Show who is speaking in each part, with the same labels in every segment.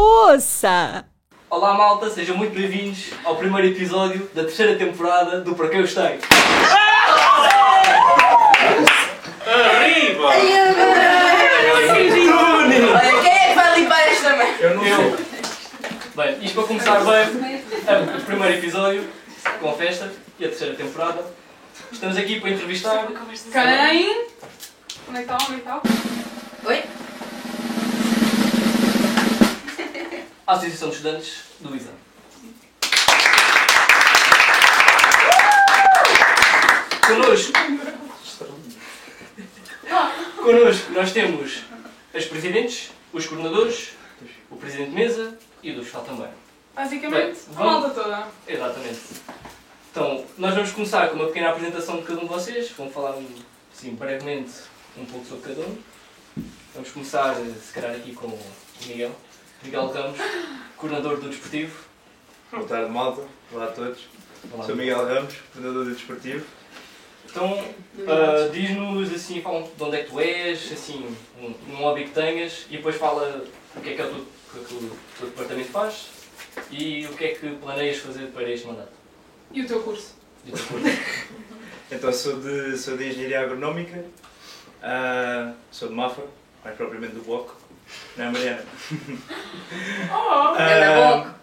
Speaker 1: moça!
Speaker 2: Olá malta, sejam muito bem-vindos ao primeiro episódio da terceira temporada do Para Quem Os Tem.
Speaker 3: Arriba!
Speaker 4: Quem é que vai limpar esta merda?
Speaker 3: Eu não
Speaker 2: Eu. Bem, isto para começar bem, é o primeiro episódio com a festa e a terceira temporada. Estamos aqui para entrevistar.
Speaker 5: Quem? Como é que está? Como é que está?
Speaker 4: Oi?
Speaker 2: a Associação de Estudantes do ISA. Connosco. Connosco nós temos as presidentes, os coordenadores, o presidente de mesa e o do fiscal também.
Speaker 5: Basicamente,
Speaker 2: Bem,
Speaker 5: a
Speaker 2: vamos-
Speaker 5: malta toda.
Speaker 2: Exatamente. Então, nós vamos começar com uma pequena apresentação de cada um de vocês. Vão falar, sim, brevemente, um pouco sobre cada um. Vamos começar, eh, se calhar, aqui com o Miguel. Miguel Ramos, coordenador do Desportivo.
Speaker 3: Boa tarde, malta. Olá a todos.
Speaker 2: Olá.
Speaker 3: Sou Miguel Ramos, coordenador do desportivo.
Speaker 2: Então, ah, diz-nos assim, fala de onde é que tu és, assim, um, um hobby que tenhas e depois fala o que é que, é o, teu- o que é que o teu departamento faz e o que é que planeias fazer para este mandato.
Speaker 5: E o teu curso?
Speaker 2: E o teu curso.
Speaker 3: Então, sou de, sou de Engenharia Agronómica. Ah, sou de Mafa, mais propriamente do Bloco. Não é, Mariana?
Speaker 5: Oh!
Speaker 4: Ganda
Speaker 3: Ah,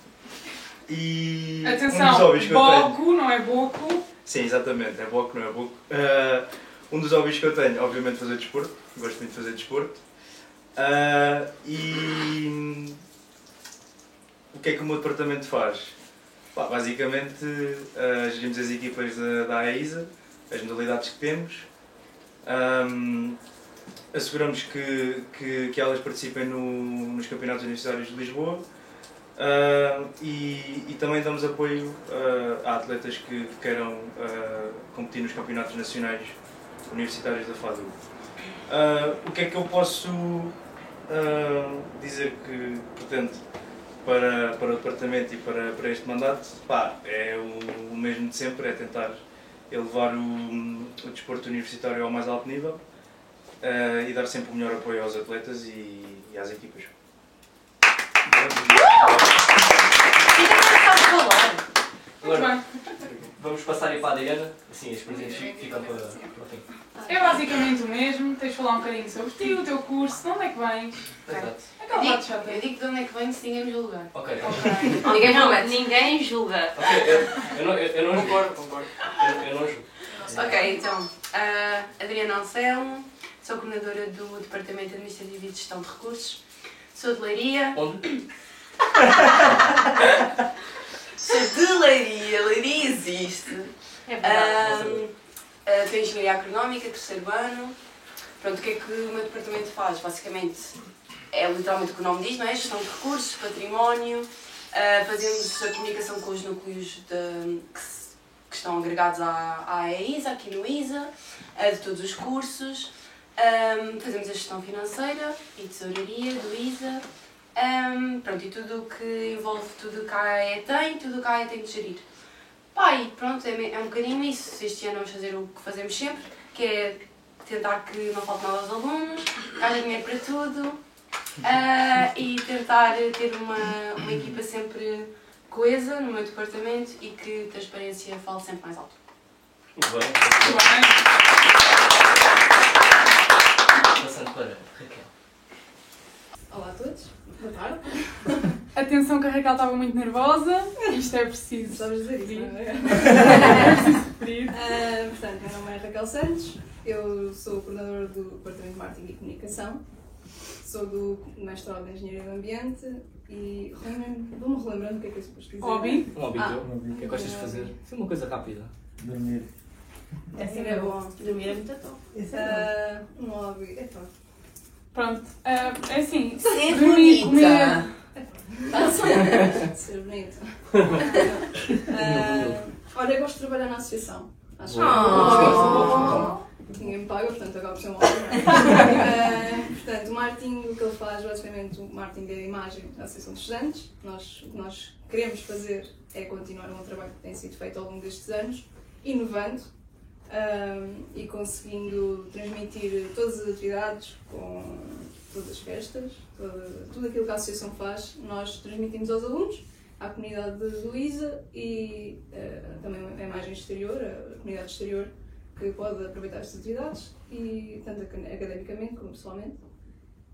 Speaker 3: E um dos
Speaker 5: Atenção,
Speaker 3: hobbies que eu tenho.
Speaker 5: boco, não é boco.
Speaker 3: Sim, exatamente, é bloco, não é bloco. Ah, um dos hobbies que eu tenho, obviamente, fazer desporto. Gosto muito de fazer desporto. Ah, e. O que é que o meu departamento faz? Pá, basicamente, ah, gerimos as equipas da, da AISA, as modalidades que temos. Ahm, asseguramos que, que, que elas participem no- nos campeonatos universitários de Lisboa. Ah, e, e também damos apoio ah, a atletas que, que queiram ah, competir nos campeonatos nacionais universitários da FADU. Ah, o que é que eu posso ah, dizer que pretendo para, para o departamento e para, para este mandato? Pá, é o, o mesmo de sempre, é tentar elevar o, o desporto universitário ao mais alto nível ah, e dar sempre o melhor apoio aos atletas e, e às equipas.
Speaker 4: Fica a falar.
Speaker 5: Muito
Speaker 2: Agora,
Speaker 5: bem.
Speaker 2: vamos passar aí para a Diana, assim, as presentes fi- ficam para, para o fim.
Speaker 5: É basicamente o mesmo. Tens de falar um bocadinho sobre ti, o teu curso, de onde é que vens. É
Speaker 2: Exato.
Speaker 5: Aquela
Speaker 4: Digo-
Speaker 5: parte chata.
Speaker 4: Eu digo de onde é que vem se ninguém me julgar.
Speaker 2: Ok.
Speaker 5: Ok.
Speaker 4: Ninguém julga.
Speaker 6: Ninguém julga.
Speaker 2: Ok, eu, eu não, eu, eu não concordo, concordo. Eu, eu não julgo.
Speaker 4: Ok, então, ah, Adriana Anselmo, sou coordenadora do Departamento Administrativo e de Gestão de Recursos, sou de Leiria,
Speaker 2: Onde?
Speaker 4: sou de Leiria, Leiria existe.
Speaker 6: É verdade.
Speaker 4: Ahm, ah, Tenho Engenharia Agronómica, terceiro ano. Pronto, o que é que o meu departamento faz? Basicamente, é literalmente o que o nome diz, não é? Gestão de recursos, património, ah, fazemos a comunicação com os núcleos de- que, se- que estão agregados à, à EISA, aqui no ISA, ah, de todos os cursos. Ahm, fazemos a gestão financeira e tesouraria do ISA. Ahm, pronto, e tudo o que envolve tudo o que a AE tem, tudo o que a AE tem de gerir. Pá, e pronto, é, me- é um bocadinho isso. Este ano vamos fazer o que fazemos sempre, que é tentar que não falte nada aos alunos, que haja dinheiro para tudo ah, e tentar ter uma, uma equipa sempre coesa no meu departamento e que transparência fale sempre mais alto.
Speaker 2: Muito bem.
Speaker 5: Muito bem.
Speaker 2: Passando para Raquel.
Speaker 7: Olá a todos, boa tarde.
Speaker 5: Atenção que a Raquel estava muito nervosa. Isto é preciso.
Speaker 7: Sabes dizer isso, não é?
Speaker 5: referir.
Speaker 7: Ah, portanto, meu nome é Raquel Santos, eu sou coordenadora do Departamento de Marketing e Comunicação, sou do mestrado em Engenharia do Ambiente e relembro-me- vou-me relembrando o que é que eu suposto dizer.
Speaker 5: Hobby.
Speaker 2: Um hobby
Speaker 7: Ah.
Speaker 2: teu? O que é que gostas de fazer? Foi uma coisa rápida.
Speaker 8: Dormir.
Speaker 7: É sempre é bom.
Speaker 4: Dormir é muito top.
Speaker 8: Isso é
Speaker 7: Ah, um hobby, é pá.
Speaker 5: Pronto. Ah, é assim.
Speaker 4: Ser
Speaker 5: Dormir,
Speaker 4: bonita!
Speaker 7: de Tá. ser bonito. Ah, olha, eu gosto de trabalhar na associação. Acho que é um
Speaker 4: Oh.
Speaker 7: hobby. Porque ninguém me paga, portanto agora preciso um hobby. Ah, Portanto, o marketing, o que ele faz, basicamente, o marketing é a imagem da Associação de Estudantes. Nós, o que nós queremos fazer é continuar um trabalho que tem sido feito ao longo destes anos, inovando ehm, ah, e conseguindo transmitir todas as atividades com todas as festas, toda- tudo aquilo que a associação faz, nós transmitimos aos alunos, à comunidade de Luísa e eh, também a imagem exterior, a comunidade exterior que pode aproveitar estas atividades, e tanto aca- academicamente como pessoalmente.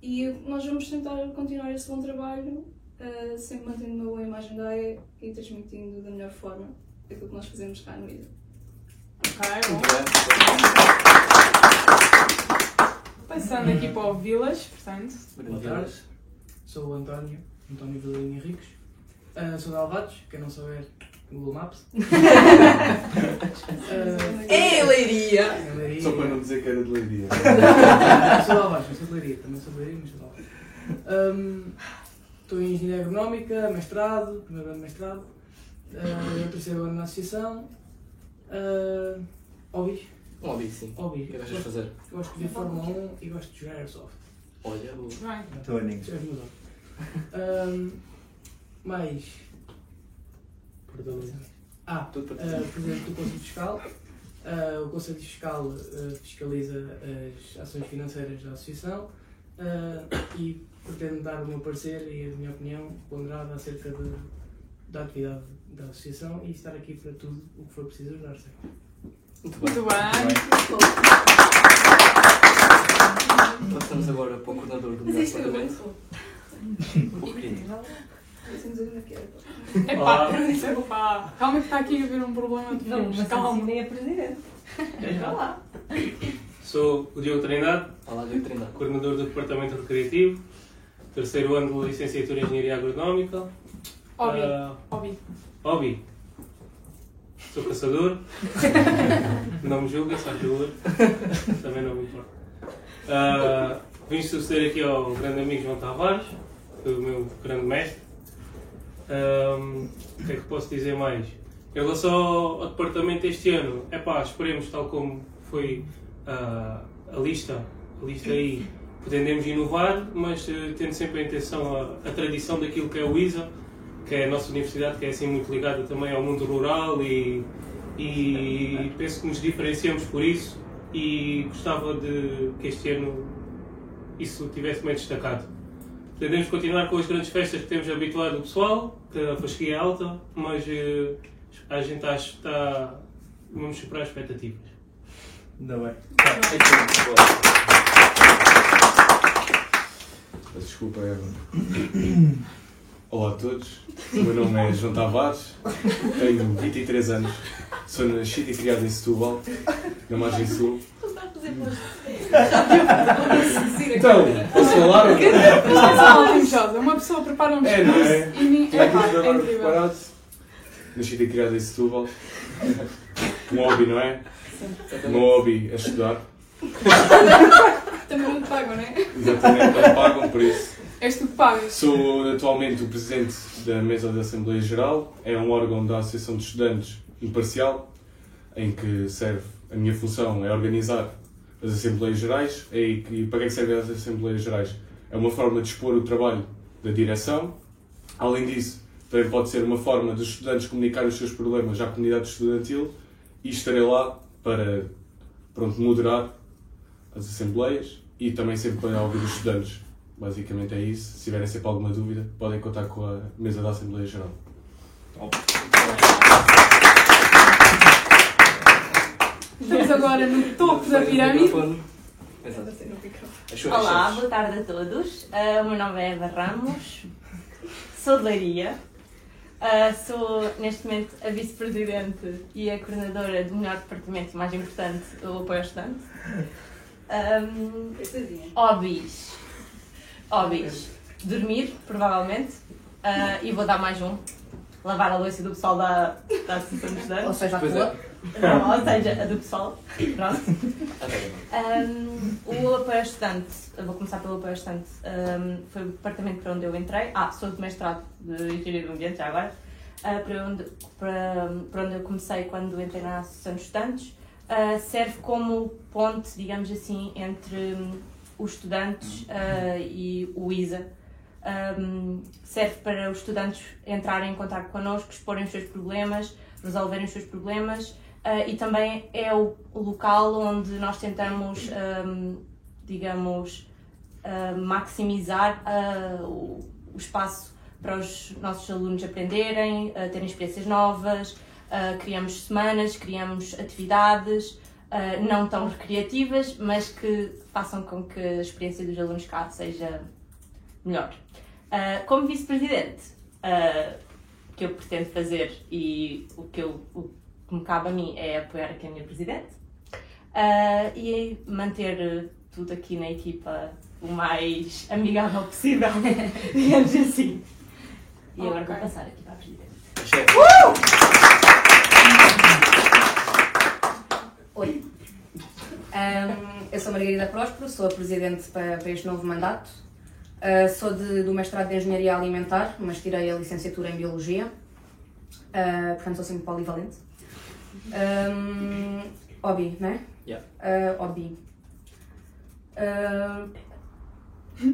Speaker 7: E nós vamos tentar continuar esse bom trabalho, eh, sempre mantendo uma boa imagem da AE e transmitindo da melhor forma aquilo que nós fazemos cá no IDA.
Speaker 5: Ok, bom.
Speaker 9: Muito bem.
Speaker 5: Passando aqui para o Vilas, portanto.
Speaker 10: Boa tarde, sou o António, António Vilarinho Henriques. Ah, sou de Alvados, quem não souber, Google Maps. Ah,
Speaker 4: Ei, Leiria!
Speaker 10: em é Leiria.
Speaker 11: Só para não dizer que era de leiria.
Speaker 10: Sou de Alvados, não sou de Leiria, também sou de Leiria, mas sou de Alvados. Ahm, Estou em Engenharia Agronómica, mestrado, primeiro ano de mestrado. Ah, e o terceiro ano na associação. Ah, hobbies,
Speaker 12: Um hobby, sim. O
Speaker 10: hobbies.
Speaker 12: que gostas de
Speaker 10: Gosto,
Speaker 12: fazer?
Speaker 10: gosto de ver Fórmula 1 e gosto de jogar Airsoft.
Speaker 12: Olha, o...
Speaker 5: Bem,
Speaker 9: Toninho.
Speaker 10: Isso é mudar. Ahm, mais. Ah,
Speaker 12: Tudo para
Speaker 10: ah, presidente do Conselho Fiscal. Ah, o Conselho Fiscal ah, fiscaliza as ações financeiras da Associação ah, e pretende dar o meu parecer e a minha opinião ponderada acerca de- da atividade da Associação e estar aqui para tudo o que for preciso ajudar. sei.
Speaker 12: Muito bem.
Speaker 5: muito bem.
Speaker 12: Passamos agora para o coordenador do
Speaker 7: Mas
Speaker 12: melhor
Speaker 7: isto é muito
Speaker 12: departamento. O
Speaker 7: bom.
Speaker 12: querido.
Speaker 7: Temos alguma que era.
Speaker 11: Ah.
Speaker 5: Epá, epá. Calma que é está aqui a haver um problema de
Speaker 6: Não,
Speaker 5: filmes.
Speaker 6: mas
Speaker 5: Calma. É
Speaker 6: calma, nem a presidente. Vá lá.
Speaker 13: Sou o Diogo Trindade,
Speaker 12: Olá, Diego Trindade.
Speaker 13: coordenador do Departamento Recreativo, terceiro ano de Licenciatura em Engenharia Agronómica.
Speaker 5: Óbvio,
Speaker 13: Ah,
Speaker 5: óbvio.
Speaker 13: hobby. Sou caçador. não me julga, só julga. Também não me importa. Ah, vim suceder aqui ao grande amigo João Tavares, que é o meu grande mestre. Ahm, o que é que posso dizer mais? Em relação ao, ao departamento este ano, é pá, esperemos, tal como foi ah, a lista, a lista aí, pretendemos inovar, mas eh, tendo sempre a intenção, a, a tradição daquilo que é o ISA, que é a nossa universidade, que é assim muito ligada também ao mundo rural e, e penso que nos diferenciamos por isso e gostava de que este ano isso tivesse mais destacado. Pretendemos continuar com as grandes festas que temos habituado o pessoal, que a fasquia é alta, mas eh, a gente acho que está... vamos superar as expectativas.
Speaker 9: Ainda bem.
Speaker 11: Peço Desculpa, Eva. Olá a todos. O meu nome é João Tavares. Tenho 23 anos. Sou nascido e criado em Setúbal, na margem sul. Então, posso falar? ou não?
Speaker 5: Mas é só invejosa. Uma pessoa prepara um
Speaker 11: É, não
Speaker 5: discurso
Speaker 11: é?
Speaker 5: e nem.
Speaker 11: Tinha aqui os
Speaker 5: Epá, é
Speaker 11: trabalhos
Speaker 5: incrível.
Speaker 11: preparados. Nascido e criado em Setúbal. Um hobby, não é? Um hobby a estudar.
Speaker 7: Também não te pagam, não é?
Speaker 11: Exatamente, não pagam por isso.
Speaker 5: És tu que pagas.
Speaker 11: Sou atualmente o presidente da Mesa da Assembleia Geral, é um órgão da Associação de Estudantes imparcial, em que serve, a minha função é organizar as Assembleias Gerais. E, e para que é que servem as Assembleias Gerais? É uma forma de expor o trabalho da direção. Além disso, também pode ser uma forma dos estudantes comunicarem os seus problemas à comunidade estudantil e estarei lá para pronto, moderar as Assembleias e também sempre para ouvir os estudantes. Basicamente é isso. Se tiverem sempre alguma dúvida, podem contar com a mesa da Assembleia Geral.
Speaker 5: Estamos agora no topo da pirâmide.
Speaker 7: Só
Speaker 12: Exato.
Speaker 7: bater no microfone.
Speaker 12: As suas
Speaker 6: Olá,
Speaker 12: chaves.
Speaker 6: boa tarde a todos. Ah, o meu nome é Eva Ramos, sou de Leiria. Ah, sou neste momento a vice-presidente e a coordenadora do melhor departamento, mais importante, o apoio ao estudante. Ahm,
Speaker 7: Coitadinha.
Speaker 6: Hobbies. Hobbies. Dormir, provavelmente. Ah, e vou dar mais um. Lavar a louça do pessoal da, da Associação dos Estudantes.
Speaker 12: seja, a tua.
Speaker 6: é. Não, ou seja, a do pessoal. Pronto.
Speaker 12: Ah, tá bem.
Speaker 6: Um, o apoio estudante, eu vou começar pelo apoio estudante, um, foi o departamento para onde eu entrei. Ah, sou de mestrado de Engenharia do Ambiente, já agora. Ah, para, onde, para, para onde eu comecei quando entrei na Associação de Estudantes. Ah, serve como ponte, digamos assim, entre hum, os estudantes ah, e o ISA. Um, serve para os estudantes entrarem em contato connosco, exporem os seus problemas, resolverem os seus problemas ah, e também é o, o local onde nós tentamos, um, digamos, ah, maximizar ah, o, o espaço para os nossos alunos aprenderem, ah, terem experiências novas, ah, criamos semanas, criamos atividades, ah, não tão recreativas, mas que façam com que a experiência dos alunos cá seja melhor. Ah, como vice-presidente, ah, o que eu pretendo fazer e o que, eu, o que me cabe a mim é apoiar aqui a minha presidente ah, e manter eh, tudo aqui na equipa o mais amigável possível, digamos assim. E agora vou
Speaker 5: Ok.
Speaker 6: passar aqui para a presidente.
Speaker 9: Isto é-
Speaker 14: Oi. Ahm, eu sou Margarida Próspero, sou a presidente para, para este novo mandato. Ah, sou de- do mestrado de Engenharia Alimentar, mas tirei a licenciatura em Biologia. Ah, portanto, sou sempre polivalente. Ahm, hobby, não é?
Speaker 12: Yeah.
Speaker 14: Ah, hobby. Ah,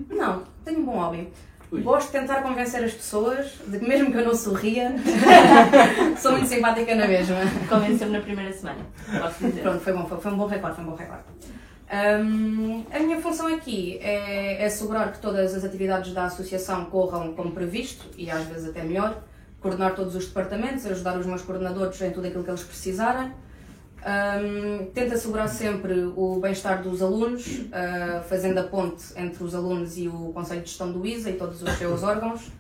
Speaker 14: não, tenho um bom hobby.
Speaker 12: Ui.
Speaker 14: Gosto de tentar convencer as pessoas de que, mesmo que eu não sorria, sou muito simpática na mesma.
Speaker 6: Convenceu-me na primeira semana, posso dizer.
Speaker 14: Pronto, foi bom, foi, foi um bom recorde, foi um bom recorde. Hum, a minha função aqui é, é assegurar que todas as atividades da associação corram como previsto e às vezes até melhor, coordenar todos os departamentos, ajudar os meus coordenadores em tudo aquilo que eles precisarem. Hum, tento assegurar sempre o bem-estar dos alunos, ah, fazendo a ponte entre os alunos e o Conselho de Gestão do ISA e todos os seus órgãos.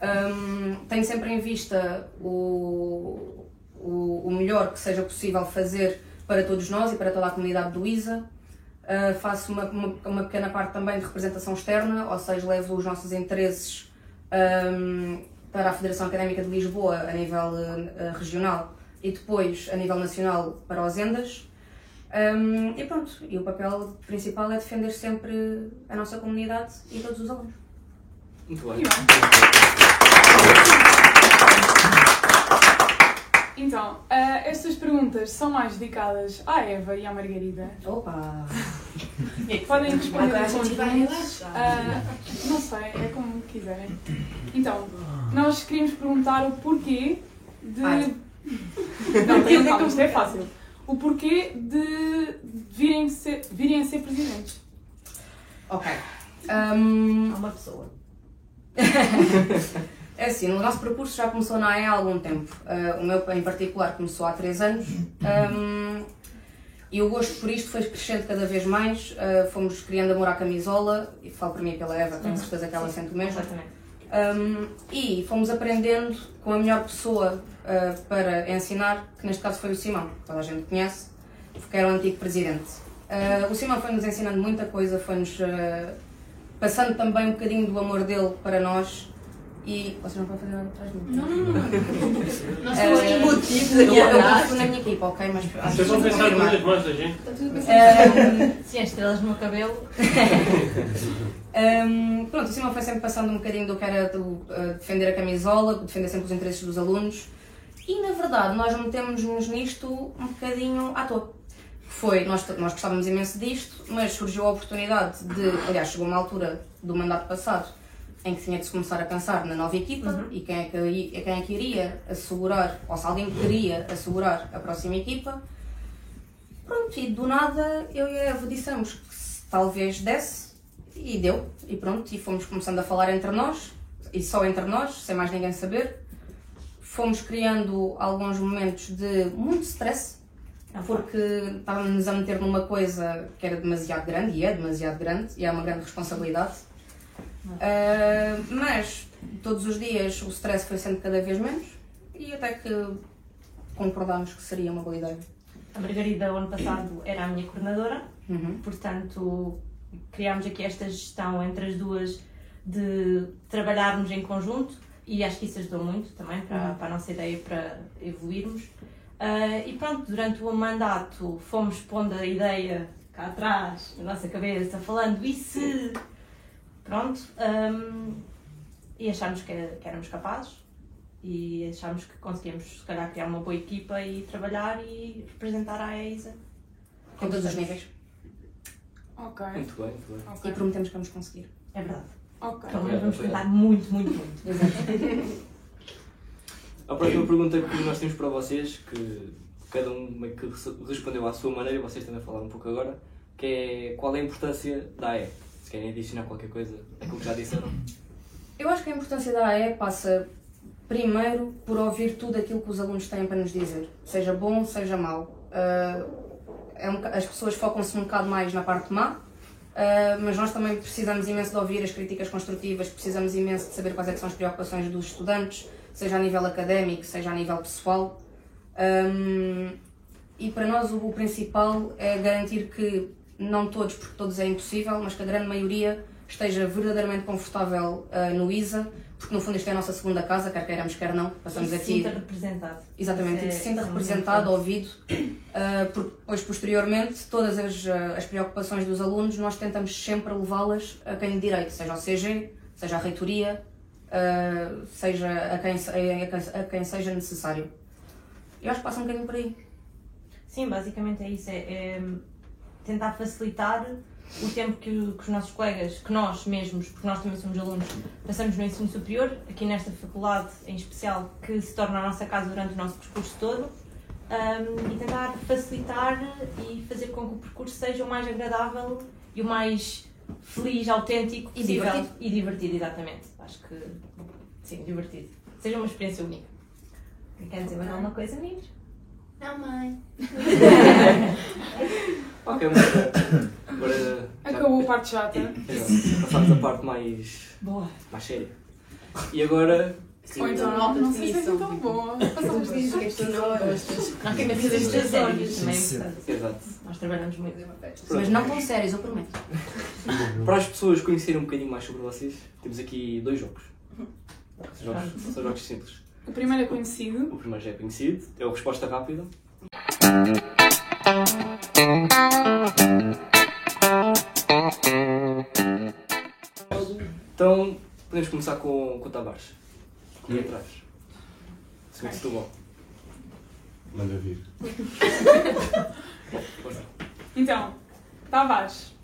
Speaker 14: Hum, tenho sempre em vista o, o, o melhor que seja possível fazer para todos nós e para toda a comunidade do ISA. Uh, faço uma, uma, uma pequena parte também de representação externa, ou seja, levo os nossos interesses um, para a Federação Académica de Lisboa a nível uh, uh, regional e depois a nível nacional para os ENDAS. Um, e pronto, e o papel principal é defender sempre a nossa comunidade e todos os alunos.
Speaker 12: Muito bem.
Speaker 5: Então, ah, estas perguntas são mais dedicadas à Eva e à Margarida.
Speaker 14: Opa!
Speaker 5: Podem responder
Speaker 4: Agora a
Speaker 5: a
Speaker 4: gente vai relaxar.
Speaker 5: Ah, não sei, é como quiserem. Então, nós queríamos perguntar o porquê de.
Speaker 14: Ai.
Speaker 5: Não, tenham calma, isto é fácil. O porquê de virem, ser, virem a ser presidentes.
Speaker 14: Ok. Um,
Speaker 6: Há uma pessoa.
Speaker 14: É assim, o nosso percurso já começou na AE há algum tempo. Ah, o meu, em particular, começou há três anos. Ahm, e o gosto por isto foi crescendo cada vez mais. Ah, fomos criando amor à camisola, e falo para mim e pela Eva, tenho certeza que ela sente o mesmo.
Speaker 6: Uhum. Completamente.
Speaker 14: Um, e fomos aprendendo com a melhor pessoa uh, para ensinar, que neste caso foi o Simão, que toda a gente conhece, porque era o antigo presidente. Uh, o Simão foi-nos ensinando muita coisa, foi-nos uh, passando também um bocadinho do amor dele para nós. E vocês não podem fazer nada atrás de mim. Não, não,
Speaker 4: Nós
Speaker 6: Ah,
Speaker 4: somos
Speaker 14: É.
Speaker 4: embutidos
Speaker 14: eu,
Speaker 4: aqui
Speaker 14: eu
Speaker 4: atrás. Tá
Speaker 14: gosto na minha equipa, ok? Mas acho
Speaker 13: Vocês vão
Speaker 14: que
Speaker 6: é
Speaker 13: pensar
Speaker 14: confirmar.
Speaker 13: muitas mais da gente.
Speaker 7: Está Tá tudo bem.
Speaker 14: Um,
Speaker 6: Se Ah, as estrelas no meu cabelo.
Speaker 14: Hum, pronto, o Simão foi sempre passando um bocadinho do que era do, uh, defender a camisola, defender sempre os interesses dos alunos. E na verdade, nós metemos-nos nisto um bocadinho à toa. Foi, nós, t- nós gostávamos imenso disto, mas surgiu a oportunidade de. Aliás, chegou uma altura do mandato passado em que tinha de se começar a pensar na nova equipa e quem é, que, i- quem é que iria assegurar, ou se alguém queria assegurar a próxima equipa. Pronto, e do nada eu e a Eva dissemos que se talvez desse, e deu, e pronto, e fomos começando a falar entre nós, e só entre nós, sem mais ninguém saber. Fomos criando alguns momentos de muito stress, É porque estávamos a meter numa coisa que era demasiado grande, e é demasiado grande, e é uma grande responsabilidade. Ah, mas todos os dias o stress foi sendo cada vez menos, e até que concordámos que seria uma boa ideia.
Speaker 6: A Margarida, o ano passado, era a minha coordenadora.
Speaker 14: Uhum.
Speaker 6: Portanto, criámos aqui esta gestão entre as duas de trabalharmos em conjunto e acho que isso ajudou muito também
Speaker 14: Uhum.
Speaker 6: para, para a nossa ideia para evoluirmos. Ah, e pronto, durante o mandato fomos pondo a ideia cá atrás, na nossa cabeça, falando e se. Pronto. hum, e achámos que, que éramos capazes e achámos que conseguíamos, se calhar, criar uma boa equipa e trabalhar e representar a EISA.
Speaker 14: Com todos os níveis.
Speaker 5: Ok,
Speaker 12: Muito bem, muito bem.
Speaker 14: E
Speaker 5: ok.
Speaker 14: prometemos que vamos conseguir.
Speaker 6: É verdade.
Speaker 5: Ok.
Speaker 6: Então vamos tentar muito, muito, muito.
Speaker 12: A próxima pergunta que nós temos para vocês, que cada um meio que res- respondeu à sua maneira e vocês também falaram um pouco agora, que é qual é a importância da AE?
Speaker 2: Se querem adicionar qualquer coisa, aquilo que já disseram.
Speaker 14: Eu acho que a importância da AE passa primeiro por ouvir tudo aquilo que os alunos têm para nos dizer, seja bom, seja mau. Ah, é um boca- as pessoas focam-se um bocado mais na parte má, ah, mas nós também precisamos imenso de ouvir as críticas construtivas, precisamos imenso de saber quais é que são as preocupações dos estudantes, seja a nível académico, seja a nível pessoal. Ah, Ahm, e para nós o, o principal é garantir que, não todos, porque todos é impossível, mas que a grande maioria esteja verdadeiramente confortável ah, no ISA, porque no fundo isto é a nossa segunda casa, quer queiramos, quer não, passamos
Speaker 6: E se
Speaker 14: aqui.
Speaker 6: sinta representado.
Speaker 14: Exatamente,
Speaker 6: Isso
Speaker 14: e
Speaker 6: é-
Speaker 14: se sinta
Speaker 6: isso é muito
Speaker 14: representado, ouvido, ah, porque depois, posteriormente, todas as, ah, as preocupações dos alunos nós tentamos sempre levá-las a quem de direito, seja ao CG, seja à reitoria, ah, seja a quem, se- a, quem- a quem seja necessário. Eu acho que passa um bocadinho por aí.
Speaker 6: Sim, basicamente é isso, é, é tentar facilitar o tempo que, o- que os nossos colegas, que nós mesmos, porque nós também somos alunos, passamos no ensino superior, aqui nesta faculdade em especial, que se torna a nossa casa durante o nosso percurso todo, hum, e tentar facilitar e fazer com que o percurso seja o mais agradável e o mais feliz, autêntico
Speaker 14: E
Speaker 6: possível.
Speaker 14: divertido.
Speaker 6: E divertido, exatamente. Acho que, sim, divertido. Seja uma experiência única. Quer dizer mais alguma coisa, meninos?
Speaker 15: Não, mãe.
Speaker 2: Ok, mas agora. já-
Speaker 5: Acabou a parte chata.
Speaker 2: Exato. Passamos à parte mais.
Speaker 5: Boa.
Speaker 2: mais séria. E agora.
Speaker 5: Ou então não, não sei se é assim tão boa. Passamos
Speaker 7: Diz que as
Speaker 5: disto.
Speaker 7: pessoas gostam.
Speaker 6: Não queima vidas
Speaker 2: Sim.
Speaker 6: das séries, também é
Speaker 2: Sim.
Speaker 6: importante.
Speaker 2: Exato.
Speaker 6: Nós trabalhamos muito.
Speaker 14: Mas não com sérios, eu prometo.
Speaker 2: Para as pessoas conhecerem um bocadinho mais sobre vocês, temos aqui dois jogos. São jogos, são jogos simples.
Speaker 5: O primeiro é conhecido.
Speaker 2: O primeiro já é conhecido, é o Resposta Rápida. Então, podemos começar com, com o Tavares. E é atrás. é Segundo Setúbal.
Speaker 11: Manda vir.
Speaker 5: Então, Tavares.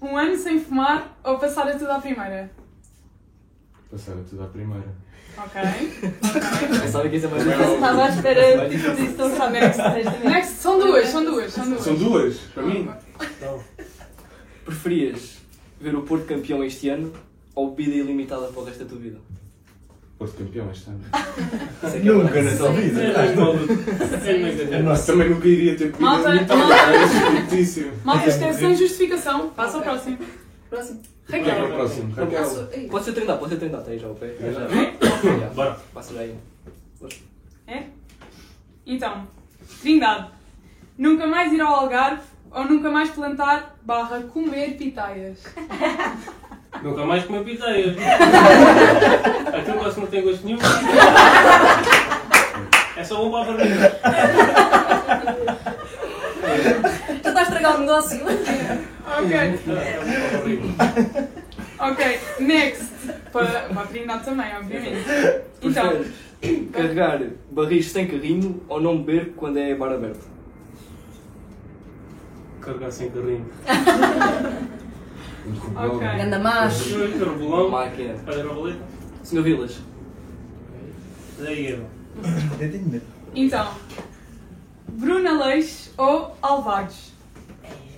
Speaker 5: Um ano sem fumar ou passar a tudo à primeira?
Speaker 11: Passaram tudo à primeira.
Speaker 5: Ok.
Speaker 2: Pensava que isso é mais
Speaker 11: Não.
Speaker 5: Estava à
Speaker 11: espera
Speaker 14: tipo,
Speaker 11: de
Speaker 5: Estou só next. Next, são duas, são duas, são duas.
Speaker 11: São duas, para mim?
Speaker 2: Preferias ver o Porto campeão este ano ou bebida ilimitada para o resto da tua vida?
Speaker 11: Porto campeão este ano.
Speaker 2: Sei que é Nunca bom. na tua vida.
Speaker 11: Estás maluco.
Speaker 13: Sim.
Speaker 11: Nossa, Também nunca iria ter comido
Speaker 5: Malta,
Speaker 11: muito é
Speaker 5: malta.
Speaker 11: barato.
Speaker 5: Malta, isto é sem justificação. Passa ao próximo.
Speaker 7: Próximo.
Speaker 11: Raquel. Para é o próximo, Raquel.
Speaker 2: Pode ser treinado, pode ser treinado, está aí já o pé.
Speaker 11: Já.
Speaker 2: Já. Bora. Passa já aí.
Speaker 5: É? Então, Trindade. Nunca mais ir ao Algarve ou nunca mais plantar barra comer pitaias.
Speaker 13: Nunca mais comi piteias. Aquilo quase não tem gosto nenhum. É só um para vermelho.
Speaker 14: Já está a estragar o negócio.
Speaker 5: Ok. ok, next. Para, para a Trindade também, obviamente. Então,
Speaker 2: Preferes carregar barris sem carrinho ou não beber quando é bar aberto?
Speaker 13: Carregar sem carrinho.
Speaker 5: ok.
Speaker 14: Ganda macho.
Speaker 13: Carbolão.
Speaker 2: Máquina.
Speaker 13: Fazer a boleta.
Speaker 2: Senhor Vilas.
Speaker 13: Daí eu.
Speaker 5: Então, Bruna Leix ou Alvares?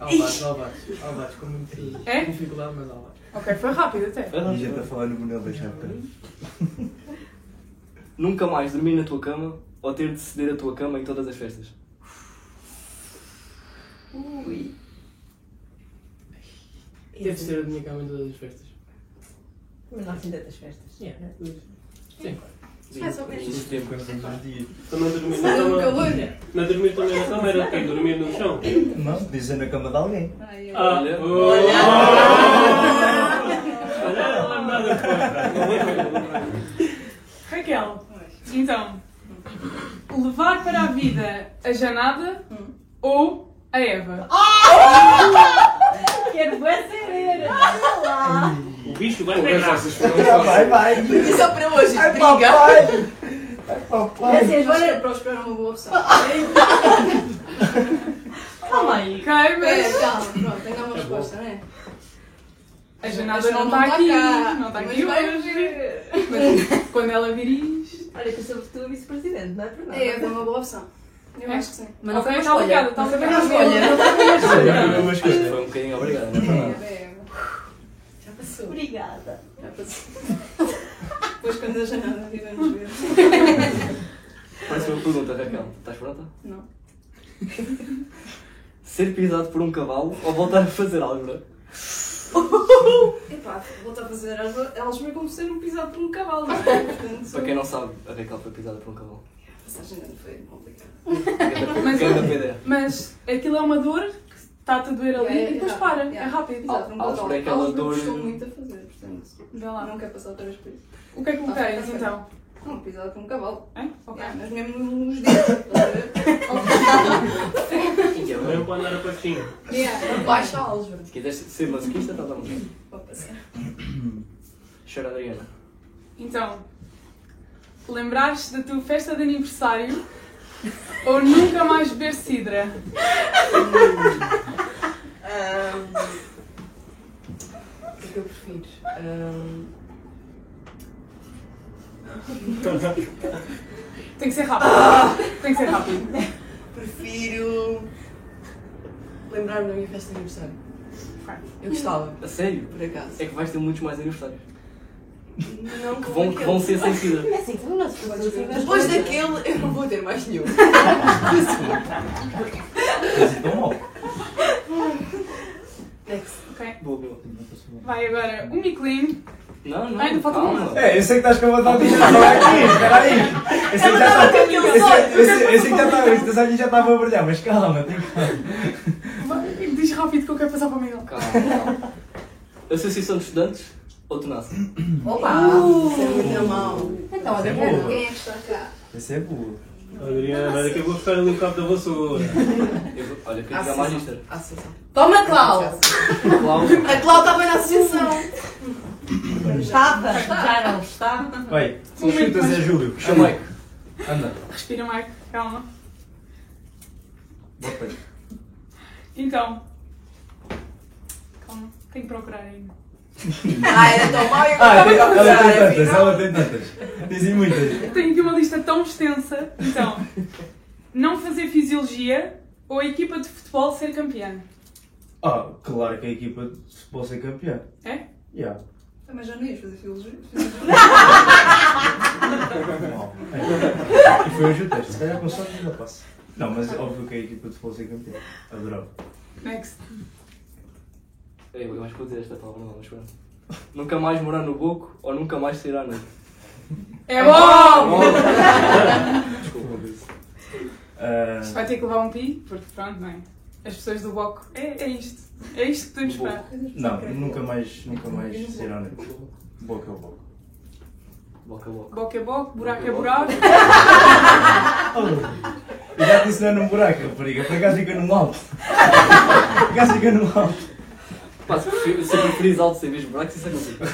Speaker 10: Alvares, Alvares, Alvares, com muita
Speaker 5: É?
Speaker 10: dificuldade, mas Alvares.
Speaker 5: Ok, foi rápido até.
Speaker 9: E já
Speaker 2: tá
Speaker 9: está a falar no Brunel da Chapa.
Speaker 2: Nunca mais dormir na tua cama ou ter de ceder a tua cama em todas as festas?
Speaker 5: Ui.
Speaker 10: Deve ser a minha cama em todas as festas.
Speaker 6: Nós ainda das festas.
Speaker 10: Yeah. Sim.
Speaker 7: Mais ou menos.
Speaker 2: Isso tempo.
Speaker 13: Também dormi na
Speaker 7: Sai um
Speaker 13: cama.
Speaker 7: calor.
Speaker 13: Não dormi também na cama, era o quê? Dormir no chão?
Speaker 9: Não, dizem na cama de alguém.
Speaker 7: Ai, eu-
Speaker 13: Ah,
Speaker 2: Olha.
Speaker 13: oh. Olha, ela é nada de fora.
Speaker 5: Raquel, então, levar para a vida a Janada ou a Eva?
Speaker 7: Ah!
Speaker 6: Quero boa saber!
Speaker 14: Ah.
Speaker 13: O bicho vai
Speaker 11: Talvez
Speaker 13: pegar.
Speaker 11: vocês foram só-
Speaker 13: assim.
Speaker 9: vai.
Speaker 4: E
Speaker 15: é
Speaker 4: só para hoje,
Speaker 9: Ai,
Speaker 4: briga.
Speaker 9: papai. Ai,
Speaker 7: É
Speaker 6: assim,
Speaker 9: papai.
Speaker 7: assim, Olha, Próspero era uma boa opção.
Speaker 6: É, Calma aí!
Speaker 5: Ok, mas
Speaker 7: É, calma, pronto, tenho uma resposta, não é?
Speaker 5: a
Speaker 7: Mas
Speaker 5: Janada
Speaker 7: não
Speaker 5: não está
Speaker 7: tá
Speaker 5: aqui,
Speaker 7: cá.
Speaker 5: não está
Speaker 7: Mas
Speaker 5: aqui
Speaker 7: vai
Speaker 5: hoje. Mas quando ela vir isto.
Speaker 6: Olha, que eu sou tu vice-presidente, não é por nada.
Speaker 7: É, foi uma boa opção. Eu
Speaker 5: É?
Speaker 7: acho que sim.
Speaker 14: Mas não
Speaker 5: Ok,
Speaker 14: foi uma
Speaker 5: está
Speaker 14: escolha.
Speaker 6: é
Speaker 5: obrigada,
Speaker 14: Não
Speaker 5: está
Speaker 14: foi uma
Speaker 5: obrigada.
Speaker 14: escolha.
Speaker 2: Foi um bocadinho obrigado, não é?
Speaker 7: É, é, é.
Speaker 6: Obrigada.
Speaker 7: Já passou. Depois, quando a janela abrir, vamos ver.
Speaker 2: Próxima pergunta, Raquel. Estás pronta?
Speaker 7: Não.
Speaker 2: Ser pisado por um cavalo ou voltar a fazer álgebra?
Speaker 7: Epá, voltar a fazer álgebra, álgebra é como ser um pisado por um cavalo, não é? Portanto,
Speaker 2: Para quem não sabe, a Raquel foi pisada por um cavalo.
Speaker 7: a passagem de ano foi complicada.
Speaker 5: Mas-
Speaker 2: Grande PDA.
Speaker 5: Mas aquilo é uma dor que está-te a doer ali
Speaker 7: É, é
Speaker 5: e depois
Speaker 7: rápido,
Speaker 5: para.
Speaker 7: é.
Speaker 5: É rápido.
Speaker 7: Pisado por um
Speaker 2: Álgebra
Speaker 7: cavalo.
Speaker 2: é aquela
Speaker 7: Álgebra
Speaker 2: dor-
Speaker 7: custou muito a fazer, portanto,
Speaker 5: Vê lá.
Speaker 7: não quero passar outra vez por isso.
Speaker 5: O que é que colocas então?
Speaker 7: Não, pisado por um cavalo.
Speaker 5: Hã? Ok.
Speaker 7: Yeah, mas mesmo nos dedos, estás a ver?
Speaker 2: E é
Speaker 13: Também
Speaker 2: bom.
Speaker 13: pode andar a patinho.
Speaker 7: Yeah, baixa a álgebra.
Speaker 2: Se quiseres ser masoquista, estás à vontade.
Speaker 7: Pode passar.
Speaker 2: Chora, Adriana.
Speaker 5: Então, lembrares da tua festa de aniversário ou nunca mais beber sidra?
Speaker 15: Hum. O que é que eu prefiro? hum. Ahm,
Speaker 5: Tem que ser rápido. Tem que ser rápido.
Speaker 15: prefiro lembrar-me da minha festa de aniversário. Eu gostava,
Speaker 2: A sério?
Speaker 15: por acaso.
Speaker 2: É que vais ter muitos mais aniversários.
Speaker 15: Não
Speaker 2: Que vão, que vão ser sem sidra.
Speaker 6: É assim, então não se pode assim.
Speaker 15: Depois daquele, eu não vou ter mais nenhum. Next.
Speaker 5: Ok.
Speaker 2: Boa, boa.
Speaker 5: Vai agora o Miklin.
Speaker 2: Não, não.
Speaker 5: Ai, não falta um.
Speaker 2: calma.
Speaker 5: uma.
Speaker 2: É.
Speaker 3: É, eu sei que estás com
Speaker 5: Então,
Speaker 3: vontade de falar aqui, espera aí. Eu sei que já tá- eu sei- eu sei- eu sei que já tá- eu sei que já estava a brilhar, mas calma, tem
Speaker 5: Vai, Diz rápido que eu quero passar para o Miguel.
Speaker 2: Calma, calma. Associação assim, de Estudantes ou Tenaça?
Speaker 14: Opa!
Speaker 15: Isso é muito mal.
Speaker 14: Então,
Speaker 3: Isso é
Speaker 14: Adriana,
Speaker 3: boa.
Speaker 14: é
Speaker 7: Quem é que está cá?
Speaker 3: que. Esse é burro.
Speaker 13: Adriana, olha que eu vou buscar ali o cabo da vassoura.
Speaker 2: Eu vou- Olha, é queria jogar Magister.
Speaker 15: À sessão.
Speaker 14: Toma, Clau!
Speaker 2: Clau,
Speaker 15: A Cláudia estava na associação.
Speaker 6: Estava, já não está.
Speaker 3: Vai, são
Speaker 5: Momento,
Speaker 3: chutas,
Speaker 5: mas-
Speaker 3: é Júlio.
Speaker 2: é o Mike.
Speaker 3: Anda,
Speaker 5: Respira, Mike. Calma.
Speaker 3: bota aí.
Speaker 5: Então. Calma. Tenho que procurar ainda.
Speaker 15: Ah,
Speaker 5: é
Speaker 15: era tão mal e
Speaker 3: Ah,
Speaker 15: agora
Speaker 3: tem-
Speaker 15: estava a
Speaker 3: ela tem tantas,
Speaker 15: usar.
Speaker 3: ela tem tantas. Dizem muitas.
Speaker 5: Tenho aqui uma lista tão extensa. Então. Não fazer fisiologia ou a equipa de futebol ser campeã.
Speaker 3: Ah, claro que a equipa de futebol ser campeã.
Speaker 5: É?
Speaker 3: Yeah.
Speaker 7: Ah, Mas já não ias fazer filosofia.
Speaker 3: Mal. É. E foi hoje o teste, se calhar com sorte ainda passa. Não, mas é óbvio que a equipa de futebol ser campeã. Adorava.
Speaker 5: Next.
Speaker 2: Eu, eu acho que vou dizer esta palavra, não, mas pronto. Nunca mais morar no boco ou nunca mais sair à noite.
Speaker 5: É bom!
Speaker 3: Ah,
Speaker 5: Isto vai ter que levar um pi, porque pronto, não é? As pessoas do bloco. É, é isto. É isto que podemos esperar.
Speaker 3: não, nunca mais, nunca mais sair à noite. Boca a boca.
Speaker 2: Boca a boca.
Speaker 5: Boca é boco, buraco é
Speaker 2: Boca é
Speaker 5: buraco.
Speaker 3: Eu Oh. já te ensinei num buraco, rapariga. Por acaso fica num alto. Por acaso fica num alto.
Speaker 2: Pá, se prefer- se preferires alto sem mesmo buracos, isso é contigo.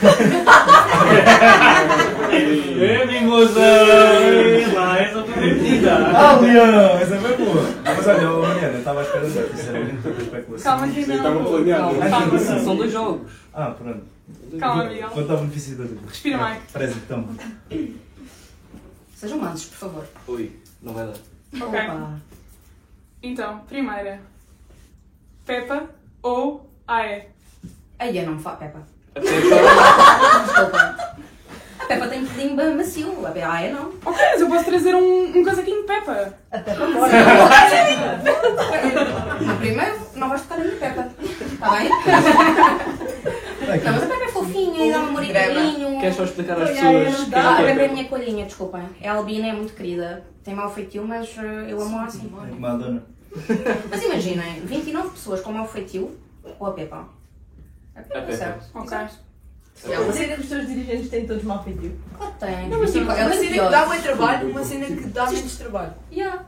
Speaker 13: É, mimosa! Lá, essa foi divertida.
Speaker 3: Ah, Leão! Essa foi boa. Mas olha, oh, Mariana, eu estava à espera dela, sinceramente, pela especulação.
Speaker 5: Calma, que ainda
Speaker 16: Estava
Speaker 5: não.
Speaker 16: planeado.
Speaker 5: Calma,
Speaker 2: São- São dois jogos.
Speaker 3: Ah, pronto.
Speaker 5: calma, Miguel.
Speaker 3: Quanto ao benefício da dúvida.
Speaker 5: Respira, Mike.
Speaker 3: Parece que tão.
Speaker 14: Sejam mansos, por favor.
Speaker 2: Ui, não vai dar.
Speaker 5: Ok.
Speaker 14: Opa!
Speaker 5: Então, primeira. Peppa ou AE?
Speaker 14: Aí eu não me falo, Peppa.
Speaker 2: Até
Speaker 14: Desculpa. A Peppa tem um pedinho bem macio. A Peppa, ah, é não.
Speaker 5: Ok, mas eu posso trazer um, um casaquinho de Peppa.
Speaker 14: A Peppa mora. No primeiro, não vais tocar a minha Peppa. Está bem? Não, mas a Peppa é fofinha e dá um
Speaker 2: que-
Speaker 14: moricadinho.
Speaker 2: queres só explicar às
Speaker 5: Ai, ai,
Speaker 2: pessoas
Speaker 5: não
Speaker 2: quem
Speaker 5: dá.
Speaker 14: Ah,
Speaker 2: é que
Speaker 14: lembrei
Speaker 2: é
Speaker 14: a minha coelhinha, desculpem. É albina, é muito querida. Tem mau feitio, mas eh, eu amo-a assim.
Speaker 3: É Madonna.
Speaker 14: Mas imaginem, 29 pessoas com mau feitio ou a Peppa? A
Speaker 2: A Peppa.
Speaker 14: certo?
Speaker 5: Ok.
Speaker 15: É uma cena-
Speaker 6: que os teus dirigentes têm todos mal feitio.
Speaker 14: Claro que tem.
Speaker 15: Mas tipo, é uma cena que dá muito trabalho, uma cena que dá
Speaker 14: Sim.
Speaker 15: menos trabalho.
Speaker 14: Yeah.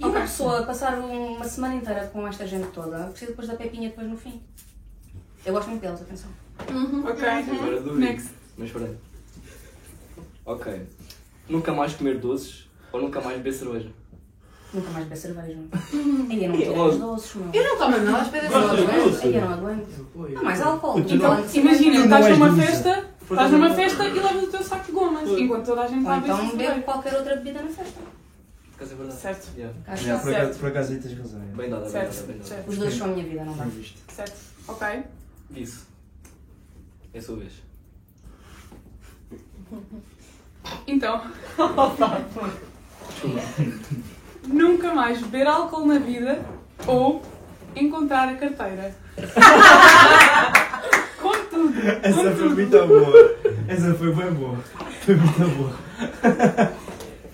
Speaker 14: E
Speaker 5: Ok.
Speaker 14: uma pessoa passar um- uma semana inteira com esta gente toda, precisa depois da Pepinha depois no fim. Eu gosto muito deles, atenção.
Speaker 5: Ok. Uhum.
Speaker 2: Agora duvido.
Speaker 5: Next.
Speaker 2: Mas peraí. Ok. Nunca mais comer doces ou nunca mais beber cerveja?
Speaker 14: Nunca mais beber cerveja. Aí eu não
Speaker 2: E
Speaker 14: tomo
Speaker 2: logo?
Speaker 14: os doces, meu.
Speaker 15: Eu não tomo nada, espera
Speaker 14: Eu não
Speaker 13: Gosto de
Speaker 14: aguento.
Speaker 13: doce.
Speaker 14: Aí eu não aguento. Não mais álcool.
Speaker 5: Então,
Speaker 14: Então,
Speaker 5: imagina,
Speaker 3: não
Speaker 5: estás
Speaker 3: és
Speaker 5: numa
Speaker 3: dúvida.
Speaker 5: festa, estás numa festa e levas o teu saco de gomas, enquanto toda a gente está
Speaker 14: Ou
Speaker 5: a ver
Speaker 14: então
Speaker 5: se
Speaker 14: bebo
Speaker 5: bebe.
Speaker 14: qualquer outra bebida na festa.
Speaker 2: Por acaso é verdade.
Speaker 5: Certo,
Speaker 2: Yeah.
Speaker 14: Cá está.
Speaker 3: Yeah, por, acaso, por acaso aí tens razão. é.
Speaker 2: Bem dada, bem dada,
Speaker 5: certo,
Speaker 2: bem dada.
Speaker 5: certo,
Speaker 14: Os dois são a minha vida, não dá.
Speaker 3: Bem visto.
Speaker 5: certo. Ok.
Speaker 2: Isso. É a sua vez.
Speaker 5: Então.
Speaker 14: Oh,
Speaker 5: Nunca mais beber álcool na vida ou encontrar a carteira. Contudo,
Speaker 9: Essa foi muito boa. Essa foi bem boa. Foi muito boa.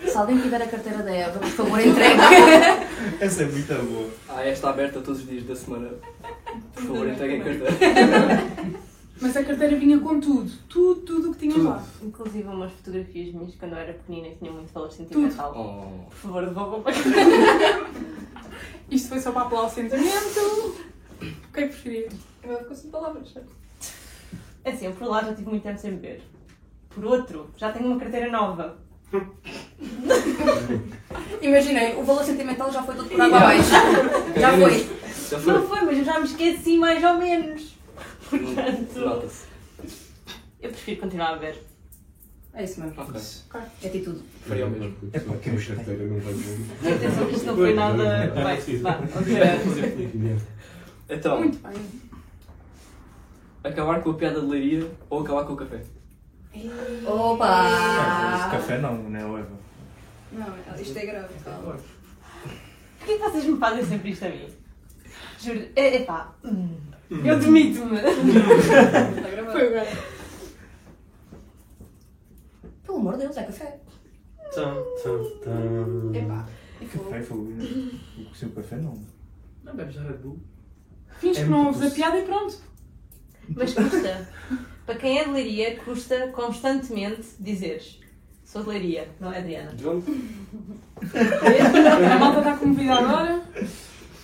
Speaker 14: Se alguém tiver a carteira da Eva, por favor, entregue.
Speaker 9: Essa é muito boa.
Speaker 2: Ah, esta aberta todos os dias da semana. Por favor, entreguem cartão.
Speaker 5: Mas a carteira vinha com tudo. Tudo, tudo o que tinha lá.
Speaker 6: Inclusive umas fotografias minhas quando eu era pequenina que tinham muito valor sentimental.
Speaker 2: Oh.
Speaker 6: Por favor, devolvam
Speaker 5: Isto foi só para apelar ao sentimento. O que é que preferias?
Speaker 7: Agora ficou sem palavras, certo?
Speaker 6: É assim, eu por lá já tive muito tempo sem beber. Por outro, já tenho uma carteira nova.
Speaker 14: Imaginei, o valor sentimental já foi todo por água abaixo. Já foi.
Speaker 2: Já foi.
Speaker 6: Não foi, mas eu já me esqueci mais ou menos. Portanto,
Speaker 2: Nota-se.
Speaker 6: eu prefiro continuar a beber. tipo
Speaker 14: É isso mesmo.
Speaker 2: Ok.
Speaker 14: É atitude.
Speaker 2: Faria o mesmo.
Speaker 11: É porque a carteira não vai ver.
Speaker 6: Atenção que isto não foi nada. Vai, vá, ok.
Speaker 2: Então,
Speaker 5: Muito bem.
Speaker 2: acabar com a piada de leiria ou acabar com o café?
Speaker 6: Ah.
Speaker 14: Opa!
Speaker 9: Café não, não é o Eva.
Speaker 7: Não, isto é grave, calma.
Speaker 6: Por que vocês me fazem sempre isto a mim? Juro, é, epá, hum, eu demito-me.
Speaker 7: Hum. Está gravado.
Speaker 5: Foi agora.
Speaker 14: Pelo amor de Deus, é café.
Speaker 13: Tam, tam, tam.
Speaker 7: Epá,
Speaker 9: Café foi. O seu café não.
Speaker 10: Não bebes Red Bull?
Speaker 5: Fins
Speaker 9: É
Speaker 5: que não
Speaker 9: muito
Speaker 5: ouves a piada e pronto.
Speaker 6: Mas custa. Para quem é de leiria, custa constantemente dizeres. Sou de leiria, não é Adriana?
Speaker 5: A malta está comovida agora.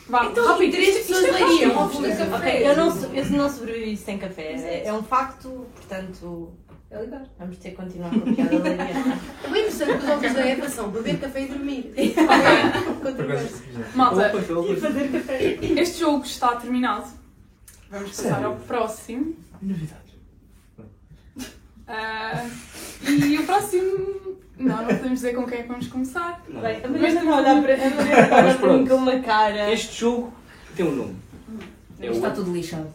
Speaker 5: Vá,
Speaker 14: Então,
Speaker 5: rápido.
Speaker 14: três
Speaker 5: Isto- isto
Speaker 14: pessoas
Speaker 5: é rápido.
Speaker 14: leiriam.
Speaker 6: Ok, eu não, so- eu não sobrevivi sem café. É, é um facto, portanto,
Speaker 7: é legal.
Speaker 6: vamos ter que continuar com a piada de leiria.
Speaker 4: O interessante dos outros da Eva são beber café e dormir. Controvérsia.
Speaker 5: Malta,
Speaker 2: Opa, foi, assim. foi.
Speaker 5: este jogo está terminado. Vamos passar
Speaker 9: Sério?
Speaker 5: ao próximo.
Speaker 9: Novidades.
Speaker 5: Ah, e o próximo. Não, não podemos dizer com quem é que vamos começar.
Speaker 2: Não.
Speaker 6: Bem, a Mariana está a olhar para a Mariana está a olhar
Speaker 2: Mas
Speaker 6: para mim
Speaker 2: pronto.
Speaker 6: com uma cara.
Speaker 2: Este jogo tem um nome. É o.
Speaker 14: Está tudo lixado.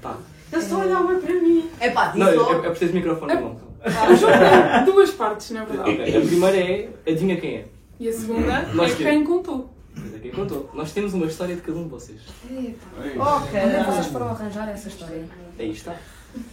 Speaker 2: Pá.
Speaker 6: Eu estou a olhar uma para mim.
Speaker 14: É pá,
Speaker 2: Não, eu,
Speaker 14: só.
Speaker 2: eu preciso de microfone na mão.
Speaker 5: O jogo tem duas partes, na verdade.
Speaker 2: Ok, A primeira é adivinha quem é.
Speaker 5: E a segunda
Speaker 2: Nós
Speaker 5: é
Speaker 2: que-
Speaker 5: quem contou.
Speaker 2: Mas é quem contou. Nós temos uma história de cada um de vocês.
Speaker 6: Oh,
Speaker 14: Onde é que
Speaker 6: caralho.
Speaker 14: vocês foram arranjar essa história?
Speaker 3: É
Speaker 2: Aí está.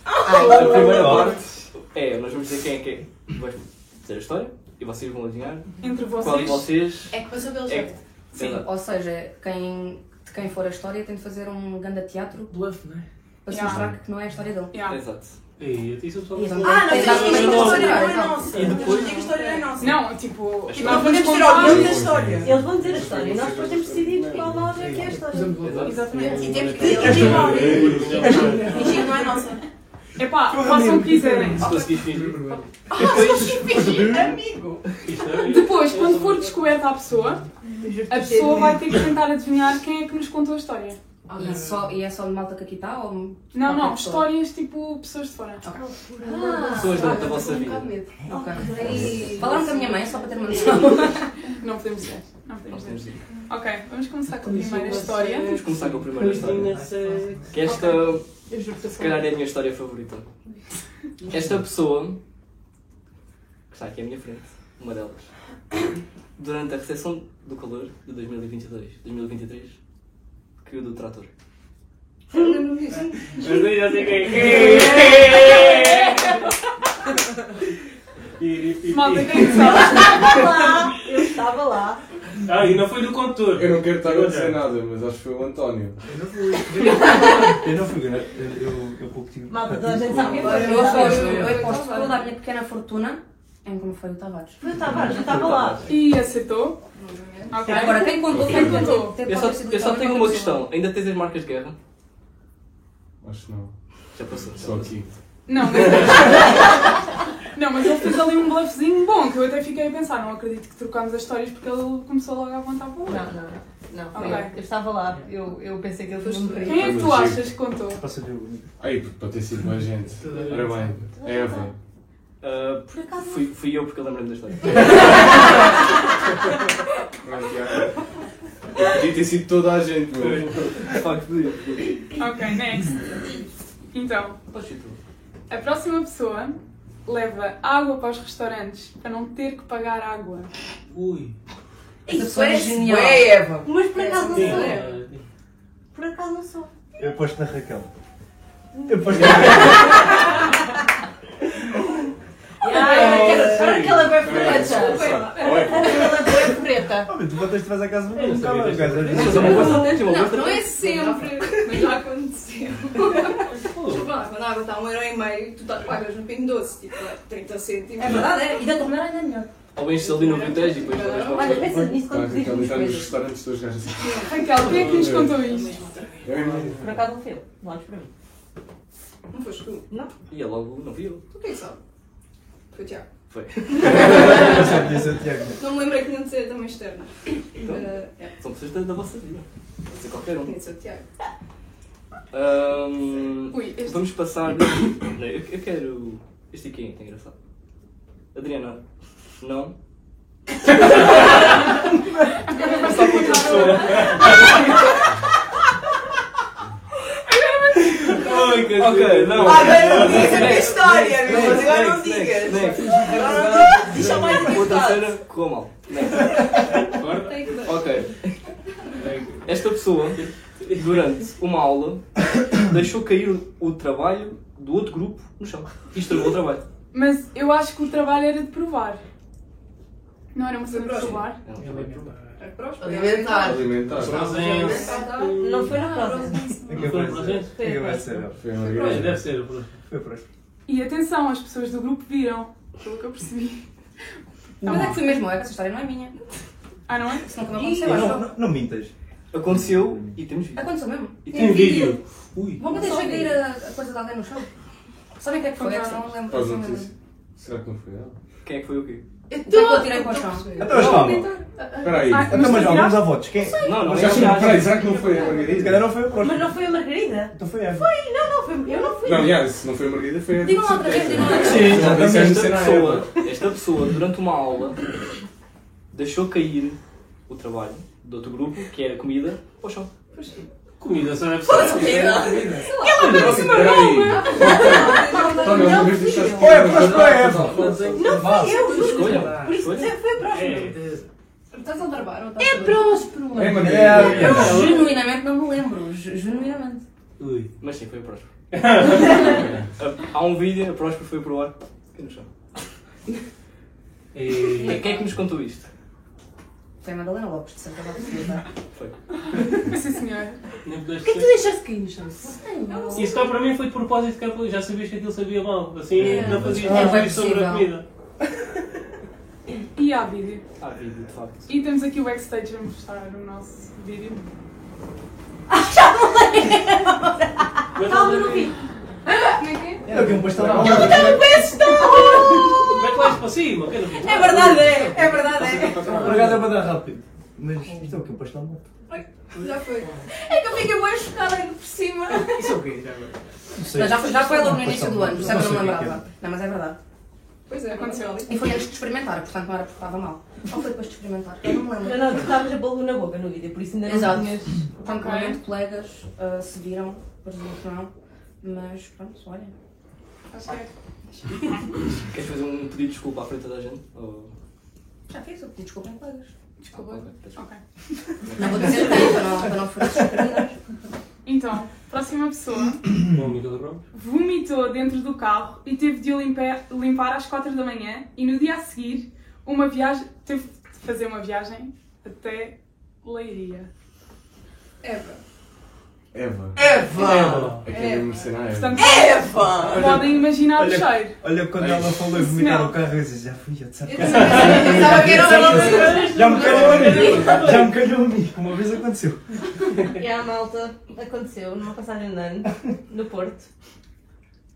Speaker 14: Ai,
Speaker 2: A primeira parte é, nós vamos dizer quem é quem. Vais dizer a história e vocês vão adivinhar
Speaker 5: Entre
Speaker 2: qual de
Speaker 5: vocês.
Speaker 2: vocês
Speaker 4: É que passou pelo
Speaker 2: é
Speaker 4: jogo.
Speaker 2: que.
Speaker 14: sim.
Speaker 2: Exato.
Speaker 14: Ou seja, quem, de quem for a história tem de fazer um ganda teatro
Speaker 10: Bluff, não é?
Speaker 14: para se
Speaker 5: Yeah.
Speaker 14: mostrar que não é a história dele.
Speaker 5: Yeah.
Speaker 2: Exato.
Speaker 13: Ei, eu disse o pessoal.
Speaker 14: E vamos-
Speaker 4: Ah,
Speaker 14: tem
Speaker 4: não, mas
Speaker 14: de dar
Speaker 4: a
Speaker 14: uma
Speaker 4: história
Speaker 14: história
Speaker 4: não
Speaker 14: ao
Speaker 4: é
Speaker 14: contrário,
Speaker 4: nossa.
Speaker 2: E depois-
Speaker 4: A história não é nossa.
Speaker 5: Não, tipo,
Speaker 2: Mas
Speaker 5: tipo,
Speaker 4: Nós
Speaker 5: nós vamos
Speaker 4: podemos tirar
Speaker 5: contar.
Speaker 4: ao longo da história.
Speaker 6: Eles vão dizer a história e nós depois temos de decidir de qual lado é que é a história.
Speaker 10: Fazemos logo.
Speaker 5: Exatamente.
Speaker 4: E temos que
Speaker 2: É
Speaker 4: é. fingir
Speaker 9: É
Speaker 4: que não é nossa.
Speaker 5: Epá, façam o que quiserem.
Speaker 2: Se conseguires fingir.
Speaker 5: Ah, Depois, quando for descoberta a pessoa, a pessoa vai ter que tentar adivinhar quem é que nos contou a história.
Speaker 14: E, só, e é só de malta que aqui está? Ou...
Speaker 5: Não, não,
Speaker 14: Ok, Ah.
Speaker 5: histórias tipo pessoas de fora.
Speaker 2: Pessoas da, da vossa vida.
Speaker 14: Ok. Falaram com a minha mãe só para ter uma noção.
Speaker 5: Não podemos dizer. Não
Speaker 2: Nós
Speaker 5: podemos dizer.
Speaker 2: temos de ir.
Speaker 5: Ok, vamos começar com a primeira história.
Speaker 2: Vamos começar com a primeira história.
Speaker 4: é
Speaker 2: Que esta,
Speaker 5: Eu juro que
Speaker 2: se
Speaker 5: eu sou.
Speaker 2: calhar, é a minha história favorita. Esta pessoa, que está aqui à minha frente, uma delas, durante a recepção do calor de 2022, 2023, caiu do trator.
Speaker 7: Eu lembro-me disso.
Speaker 13: Mas nem já sei quem é. E- e- e-
Speaker 5: Malta, quem é que sabe?
Speaker 6: Eu estava lá.
Speaker 13: Ah, e não foi do condutor.
Speaker 11: Eu não quero estar a dizer nada, mas acho que foi o António.
Speaker 9: Eu não fui. Eu não fui. Eu, eu, eu pouco tive.
Speaker 6: Malta, toda a gente sabe quem
Speaker 14: Eu,
Speaker 6: foi.
Speaker 14: um eu, eu, eu aposto toda a minha pequena fortuna em como foi o Tavares.
Speaker 6: Eu estava, eu estava lá.
Speaker 5: E acertou. Ok.
Speaker 14: Agora, quem contou foi quem
Speaker 2: Eu
Speaker 14: contou.
Speaker 2: Eu só, eu só tenho uma questão. Ainda tens as marcas de guerra?
Speaker 11: Acho que não.
Speaker 2: Já passou. Já
Speaker 11: Só
Speaker 2: passou.
Speaker 11: aqui.
Speaker 5: Não, mas... Não, mas ele fez ali um bluffzinho bom, que eu até fiquei a pensar, não acredito que trocámos as histórias porque ele começou logo a apontar para o outro.
Speaker 6: Não, não, não. foi eu.
Speaker 5: Ok.
Speaker 6: Eu estava lá. Eu, eu pensei que ele tinha um me
Speaker 5: Quem é que tu
Speaker 11: Foi
Speaker 5: achas que contou?
Speaker 9: Passa de um. eu.
Speaker 11: Aí, para ter sido mais gente. Ora bem, Eva.
Speaker 2: Ah,
Speaker 6: Por acaso,
Speaker 2: fui, fui eu porque eu lembrei-me da história.
Speaker 11: Podia ter sido toda a gente, mas.
Speaker 2: De facto, podia.
Speaker 5: Ok, next. Então,
Speaker 2: Podes ir tu.
Speaker 5: ah, A próxima pessoa leva água para os restaurantes para não ter que pagar água.
Speaker 13: Ui.
Speaker 14: Essa
Speaker 6: Isso
Speaker 14: pessoa é
Speaker 6: parece
Speaker 14: genial.
Speaker 6: bué,
Speaker 14: Eva.
Speaker 6: Mas por acaso não
Speaker 13: Sim,
Speaker 6: sou.
Speaker 13: é.
Speaker 6: Por acaso não sou. Hum.
Speaker 9: Eu aposto na Raquel. Eu aposto na Raquel.
Speaker 6: Agora
Speaker 13: sim.
Speaker 6: aquela bué
Speaker 11: É,
Speaker 6: preta.
Speaker 11: Olha,
Speaker 6: Aquela é bué preta.
Speaker 9: Ah, mas tu botaste mais a casa do
Speaker 13: não
Speaker 9: mundo,
Speaker 13: sabia
Speaker 9: sabe?
Speaker 13: disso.
Speaker 2: Mas é uma boa estratégia, uma boa
Speaker 7: Não, não
Speaker 2: estratégia.
Speaker 7: é sempre, mas já aconteceu. Tipo, lá, quando a água está a um euro e meio, tu tá- pagas no pingo doce, tipo, é 30 cêntimos.
Speaker 6: É verdade, é. E da torneira ainda é melhor.
Speaker 2: Ao menos ali no vintage e depois talvez para o
Speaker 6: Olha,
Speaker 2: futuro.
Speaker 6: pensa nisso quando
Speaker 11: Raquel
Speaker 6: pedimos
Speaker 11: está nos
Speaker 6: coisas.
Speaker 11: restaurantes dos gajos assim.
Speaker 5: Raquel, quem é que nos contou isto?
Speaker 11: Eu imagino.
Speaker 6: Por acaso não foi eu. Não olhes para mim.
Speaker 7: Não foste tu.
Speaker 2: E ele logo não viu.
Speaker 7: Tu quem sabe? Foi o Tiago.
Speaker 2: Foi.
Speaker 9: Eu já disse a Tiago.
Speaker 7: Não me lembrei que tinha de ser também externa.
Speaker 2: Então?
Speaker 7: Uh, é,
Speaker 2: São pessoas da, da vossa vida. Pode ser qualquer um.
Speaker 7: tinha de ser o Tiago.
Speaker 2: Ahm,
Speaker 7: Ui, este-
Speaker 2: Vamos passar. Não, eu, eu quero. Este aqui é muito engraçado. Adriana, não.
Speaker 5: é
Speaker 13: Ai, que
Speaker 2: Ok, não.
Speaker 4: Agora não digas a minha
Speaker 2: Next,
Speaker 4: história, meu.
Speaker 2: next,
Speaker 4: Agora não
Speaker 2: next,
Speaker 4: digas.
Speaker 2: next, next.
Speaker 4: Agora não deixa mais
Speaker 2: Ou a
Speaker 4: dificuldade.
Speaker 2: terceira, correu mal. Next.
Speaker 13: Corta.
Speaker 7: Tem que dar.
Speaker 2: Ok. Esta pessoa, durante uma aula, deixou cair o, o trabalho do outro grupo no chão. E estragou o trabalho.
Speaker 5: Mas eu acho que o trabalho era de provar. Não era uma cena de
Speaker 7: Provar.
Speaker 5: provar?
Speaker 2: Não,
Speaker 10: É
Speaker 2: foi
Speaker 10: alimentar.
Speaker 7: É próspero.
Speaker 4: Alimentar.
Speaker 11: Alimentar.
Speaker 6: Não foi
Speaker 5: Ah,
Speaker 6: na prosa.
Speaker 9: O que é que vai ser? O que é que vai ser?
Speaker 11: Foi a
Speaker 13: Olha,
Speaker 11: Margarida.
Speaker 13: Deve ser, o próximo.
Speaker 9: Foi por aí.
Speaker 5: E atenção, as pessoas do grupo viram, pelo que eu percebi.
Speaker 14: Ah, mas é que foi mesmo, é que essa história não é minha.
Speaker 5: Ah, não é?
Speaker 14: Isso nunca me
Speaker 9: Ih,
Speaker 14: aconteceu,
Speaker 9: Não,
Speaker 14: acho.
Speaker 9: não- não mintas.
Speaker 2: Aconteceu e temos vídeo.
Speaker 14: Aconteceu mesmo.
Speaker 2: E
Speaker 13: Tem vídeo. Ui.
Speaker 14: Vamos deixar cair a a coisa de alguém no chão. Sabem o que é que foi? É que só não me lembro.
Speaker 11: Faz
Speaker 14: só me
Speaker 11: notícia.
Speaker 14: lembro.
Speaker 11: Será que não foi ela?
Speaker 2: Quem é que foi o quê?
Speaker 14: O que é que eu tirei para o chão?
Speaker 9: Então, mas calma.
Speaker 11: Espera aí.
Speaker 5: Ah,
Speaker 9: Então, mas
Speaker 5: tu
Speaker 9: já vamos
Speaker 5: tiraste?
Speaker 9: a votos. Quem? Se
Speaker 2: Não, não,
Speaker 11: Mas
Speaker 2: é
Speaker 11: acho que-
Speaker 2: a
Speaker 11: espera aí, será que não foi a
Speaker 9: calhar
Speaker 11: Margarida?
Speaker 9: não foi o
Speaker 6: Mas
Speaker 9: próximo.
Speaker 6: não foi a Margarida?
Speaker 9: Então foi a Eva.
Speaker 6: Não, não foi. Eu não fui.
Speaker 11: Não, já, se não foi a Margarida, foi a
Speaker 14: Digam lá outra vez, digam lá outra vez.
Speaker 9: Sim,
Speaker 11: Já
Speaker 9: exatamente.
Speaker 11: disseste
Speaker 2: Esta
Speaker 11: ser a
Speaker 2: pessoa,
Speaker 11: Eva.
Speaker 2: esta pessoa, durante uma aula, deixou cair o trabalho do outro grupo, que era comida, ao chão. assim.
Speaker 13: Comida só deve ser.
Speaker 11: Espera
Speaker 13: né?
Speaker 11: aí. Olha, uma vez deixaste-
Speaker 9: Ou é próximo ou é Eva?
Speaker 10: Não fui eu,
Speaker 2: Escolha, escolha.
Speaker 13: É.
Speaker 14: Estás a barbar ou estás a
Speaker 6: É
Speaker 14: barbar?
Speaker 6: próspero.
Speaker 11: É
Speaker 9: É,
Speaker 14: Eu
Speaker 9: é.
Speaker 11: Margarida.
Speaker 14: genuinamente não me lembro. ge- Genuinamente.
Speaker 13: Ui.
Speaker 2: Mas sim, foi o próximo. Há um vídeo, a próxima foi pro ar. Quem no chão.
Speaker 13: É.
Speaker 2: Quem quem é que nos contou isto?
Speaker 14: Foi a Madalena Lopes, de certa forma.
Speaker 5: Sim, senhora.
Speaker 13: Nem
Speaker 6: O
Speaker 13: pudeste
Speaker 6: que é que tu
Speaker 13: ser.
Speaker 6: deixaste cair no chão?
Speaker 13: Isso cá para mim foi de propósito que eu já sabias que aquilo sabia mal. Assim não fazias
Speaker 14: Ah, é
Speaker 13: mais vídeos sobre a
Speaker 14: possível.
Speaker 13: comida.
Speaker 5: E há vídeo.
Speaker 2: Há vídeo, de facto.
Speaker 5: E temos aqui o backstage a mostrar o nosso vídeo.
Speaker 13: Mas
Speaker 6: Calma, eu não vi.
Speaker 5: Como é que é?
Speaker 9: Eu vi um pastel na
Speaker 13: Mete lá isso para cima, que eu não vi.
Speaker 6: É verdade, é. É verdade, é.
Speaker 9: Obrigado, é para dar rápido. Mas isto é o que? Um pastel na
Speaker 7: Já foi.
Speaker 6: É que eu fiquei bem chocada ainda por cima.
Speaker 10: Isso é o quê? Já agora.
Speaker 14: Mas já foi, já foi logo no início do ano, por isso é que eu não me lembrava. Não, mas é verdade.
Speaker 7: Pois é, aconteceu ali.
Speaker 14: E foi antes de experimentar, portanto não era porque estava mal. Ou foi depois de experimentar? Eu não me lembro.
Speaker 6: Não, não, tu estavas a pô-lo na boca no
Speaker 14: é?
Speaker 6: vídeo, por isso ainda não
Speaker 14: Exato.
Speaker 6: tinhas...
Speaker 14: Portanto,
Speaker 5: Ok.
Speaker 14: provavelmente colegas ah, se viram, presumo que não. Mas pronto, olha.
Speaker 5: Acho que é.
Speaker 2: Queres fazer um pedido de desculpa à frente da gente? Ou...
Speaker 14: Já fiz, eu pedi desculpa em colegas.
Speaker 5: Desculpa. Ok.
Speaker 14: Não vou dizer quem, para não, para não furar as
Speaker 5: Então, próxima pessoa
Speaker 13: Bom, Miguel Ramos.
Speaker 5: vomitou dentro do carro e teve de o limpar, limpar às 4 da manhã e no dia a seguir uma viagem teve de fazer uma viagem até Leiria.
Speaker 7: Eva.
Speaker 11: Eva.
Speaker 4: Eva!
Speaker 11: É que eu ia merecer a Eva.
Speaker 5: Portanto,
Speaker 4: Eva!
Speaker 5: podem imaginar o cheiro.
Speaker 9: Olha quando ela falou em vomitar o carro, eu disse, já fui, eu de
Speaker 7: Eu
Speaker 9: certeza.
Speaker 7: também pensava que era uma outra.
Speaker 9: Já me calhou a mim. Já me calhou a mim. Uma vez aconteceu.
Speaker 6: E a malta aconteceu numa passagem de ano no Porto.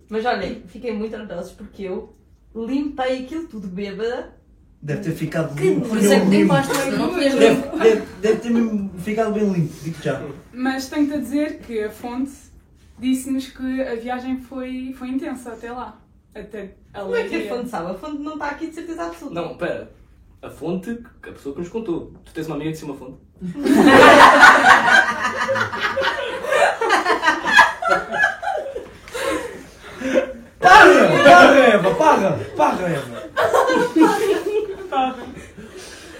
Speaker 6: Mas olhem, fiquei muito orgulhosa porque eu limpei aquilo tudo bêbada.
Speaker 9: Deve ter ficado
Speaker 14: Por isso é que limpaste o não podias limpar.
Speaker 9: Deve, deve, deve ter mesmo ficado bem limpo, digo já.
Speaker 5: Mas tenho-te a dizer que a fonte disse-nos que a viagem foi, foi intensa até lá. Até a
Speaker 6: Como é que a
Speaker 5: Leiria.
Speaker 6: fonte sabe? A fonte não está aqui de certeza absoluta.
Speaker 2: Não, pera. A fonte, que a pessoa que nos contou. Tu tens uma amiga que disse uma fonte?
Speaker 14: Não,
Speaker 10: Então é, mano.
Speaker 6: é.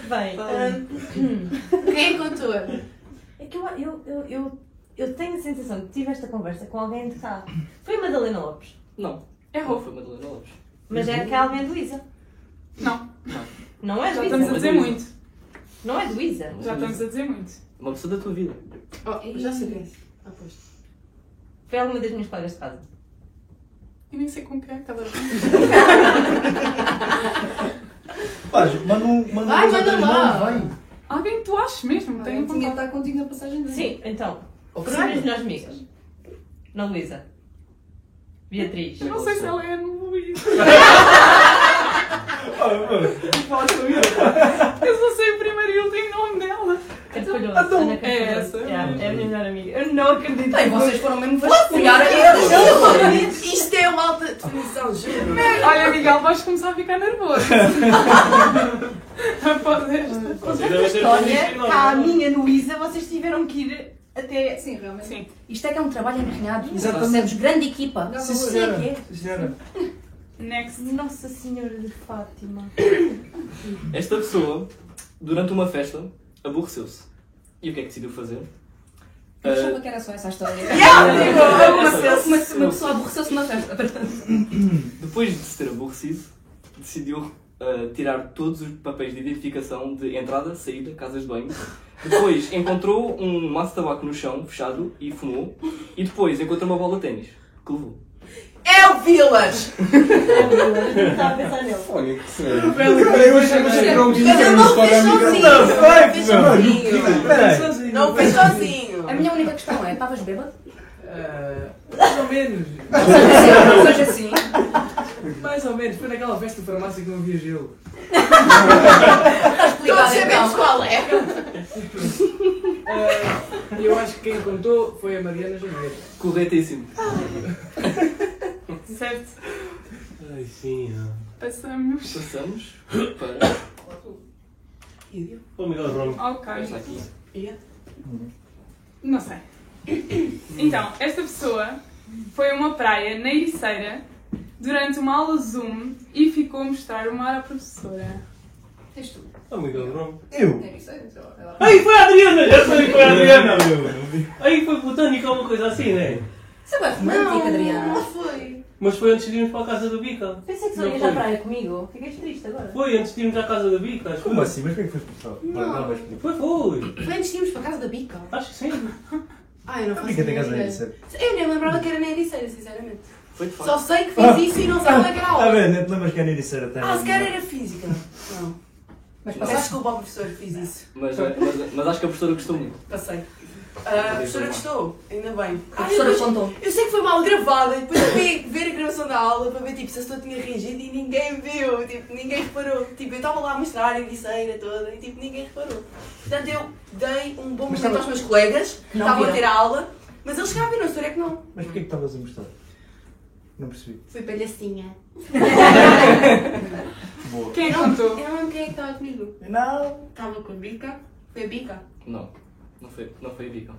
Speaker 6: Bem, hum,
Speaker 15: Quem contou?
Speaker 6: é que eu, eu, eu, eu, eu tenho a sensação que tive esta conversa com alguém de cá. Foi a Madalena Lopes.
Speaker 2: Não.
Speaker 5: Errou.
Speaker 2: Foi Madalena Lopes.
Speaker 6: Mas é que alguém é de Luísa.
Speaker 5: Não.
Speaker 6: Não é
Speaker 5: Já
Speaker 6: Luísa.
Speaker 5: estamos a dizer muito.
Speaker 6: Não é de Luísa. É
Speaker 5: Já estamos a dizer muito.
Speaker 2: Uma pessoa da tua vida.
Speaker 15: Oh, já sabia. Aposto.
Speaker 6: Foi alguma das minhas colegas de casa.
Speaker 5: Eu nem sei com quem é cada um.
Speaker 3: Pá, gente, manda um. Manda
Speaker 5: Vai,
Speaker 3: dois ou
Speaker 5: manda
Speaker 3: três nomes,
Speaker 5: lá.
Speaker 3: vai.
Speaker 5: Alguém que tu aches mesmo, tem um
Speaker 7: Alguém tinha
Speaker 5: contato.
Speaker 7: de
Speaker 6: tá
Speaker 7: estar contigo na passagem dele.
Speaker 6: Sim, então.
Speaker 2: Oh,
Speaker 7: Ou
Speaker 6: Por
Speaker 7: Fernanda.
Speaker 6: minhas melhores amigas. Na Luísa. Beatriz.
Speaker 5: Eu não sei se ela é no Luís. Eu só sei o primeiro e último nome dela.
Speaker 6: Carvalhoso,
Speaker 5: Então,
Speaker 6: Ana
Speaker 5: é
Speaker 6: Carvalhoso.
Speaker 5: essa.
Speaker 6: É, é a minha melhor amiga. Eu não acredito.
Speaker 14: Bem,
Speaker 6: que
Speaker 14: vocês foram mesmo
Speaker 6: vasculhar aqui.
Speaker 15: Isto é uma alta definição, juro.
Speaker 5: Olha, Miguel, vais começar a ficar nervoso. Após esta.
Speaker 13: Vocês devem ter
Speaker 14: tá
Speaker 6: Olha,
Speaker 13: conhecido, não, é
Speaker 6: cá a
Speaker 13: não.
Speaker 6: minha Luísa, vocês tiveram que ir até.
Speaker 7: Sim, realmente.
Speaker 5: Sim.
Speaker 14: Isto é que é um trabalho empenhado.
Speaker 3: Exatamente.
Speaker 14: Temos grande equipa.
Speaker 3: Sim,
Speaker 14: Sim,
Speaker 3: senhora.
Speaker 14: que é.
Speaker 3: Sim, senhora.
Speaker 13: Né?
Speaker 5: Next.
Speaker 6: Nossa Senhora de Fátima.
Speaker 2: Esta pessoa, durante uma festa, aborreceu-se. E o que é que decidiu fazer?
Speaker 14: Eu achava
Speaker 2: Ah,
Speaker 14: que era só essa a história.
Speaker 7: tipo,
Speaker 2: aborreceu-se.
Speaker 14: Uma- Uma pessoa aborreceu-se numa festa.
Speaker 2: Depois de se ter aborrecido, decidiu ah, tirar todos os papéis de identificação de entrada, saída, casas de banho. Depois encontrou um maço de tabaco no chão, fechado, e fumou. E depois encontrou uma bola de ténis, que levou.
Speaker 15: É o Vilas!
Speaker 6: Eu estava a pensar nele.
Speaker 11: Olha, que sério.
Speaker 3: Eu achei que era um
Speaker 15: Mas ele não fez sozinho! Não fez
Speaker 3: Peraí.
Speaker 15: sozinho! Não fez sozinho!
Speaker 14: A minha única questão é: estavas bêbado?
Speaker 10: Ah, mais ou menos.
Speaker 14: Não seja assim.
Speaker 10: Mais ou menos. Foi naquela festa de farmácia que não havia gelo.
Speaker 15: Todos sabemos qual é!
Speaker 10: Ah, eu acho que quem contou foi a Mariana Janeiro.
Speaker 2: Corretíssimo.
Speaker 5: Certo.
Speaker 13: Ai, sim, ah.
Speaker 5: Passamos.
Speaker 2: Passamos para.
Speaker 13: é Ô, Miguel Rom.
Speaker 5: Ok.
Speaker 2: Esta aqui.
Speaker 5: Não sei. Então, esta pessoa foi a uma praia na Ericeira durante uma aula Zoom e ficou a mostrar o mar à professora.
Speaker 7: Tens tu.
Speaker 13: Ô, Miguel Rom.
Speaker 3: Eu?
Speaker 7: Nem sei,
Speaker 14: então,
Speaker 7: sei lá. sei lá.
Speaker 13: Ai, foi a Adriana! Eu sabia que foi a Adriana!
Speaker 3: Eu.
Speaker 13: Ai, foi botânica ou uma coisa assim, né?
Speaker 14: Isso é bem romântico, Adriana.
Speaker 15: foi!
Speaker 13: Mas foi antes de irmos para a casa do Bica.
Speaker 6: Pensei que só
Speaker 13: Não
Speaker 6: ias
Speaker 13: foi.
Speaker 6: à praia comigo. Fiquei triste agora.
Speaker 13: Foi antes de irmos à casa do Bica. acho que
Speaker 3: Como
Speaker 13: foi.
Speaker 3: assim? Mas como é que foi pessoal? Bora, não vai explicar.
Speaker 13: Foi, foi.
Speaker 15: Foi antes de irmos para casa da Bica.
Speaker 13: Acho que sim.
Speaker 15: Ai, eu não
Speaker 3: A
Speaker 15: faço
Speaker 3: bica tem casa
Speaker 15: ideia.
Speaker 3: aí, certo?
Speaker 15: Eu nem lembrava que era na Ericeira, sinceramente.
Speaker 2: Foi de facto.
Speaker 15: Só sei que fiz isso e não sei qual é que era a
Speaker 3: Ah,
Speaker 15: aula.
Speaker 3: bem, não te lembras que era Ericeira até.
Speaker 15: Ah, se calhar era física. Não.
Speaker 14: Mas
Speaker 15: Peço
Speaker 14: passaste.
Speaker 15: desculpa ao professor que fiz isso.
Speaker 2: Mas, eh, mas, mas acho que a professora gostou muito.
Speaker 15: Passei. Ah, a professora gostou, ainda bem.
Speaker 14: A professora
Speaker 15: Ai, eu-
Speaker 14: contou.
Speaker 15: Eu sei que foi mal gravada e depois eu fui ver a gravação da aula para ver tipo, se a pessoa tinha reagido e ninguém viu, tipo, ninguém reparou. Tipo, eu estava lá a mostrar a guiceira toda e tipo, ninguém reparou. Portanto, eu dei um bom
Speaker 14: Mas
Speaker 15: momento aos meus colegas que
Speaker 14: Não
Speaker 15: estavam a
Speaker 14: viram.
Speaker 15: ter a aula, mas eles chegaram a ver, não estou é que não.
Speaker 3: Mas porquê que estavas a mostrar? Não percebi.
Speaker 15: Fui palhacinha.
Speaker 3: Boa.
Speaker 5: Quem contou?
Speaker 15: Eu não lembro quem é que estava comigo.
Speaker 3: Não.
Speaker 15: Estava com a bica. Foi a bica?
Speaker 2: Não. Não foi, não foi a Bica.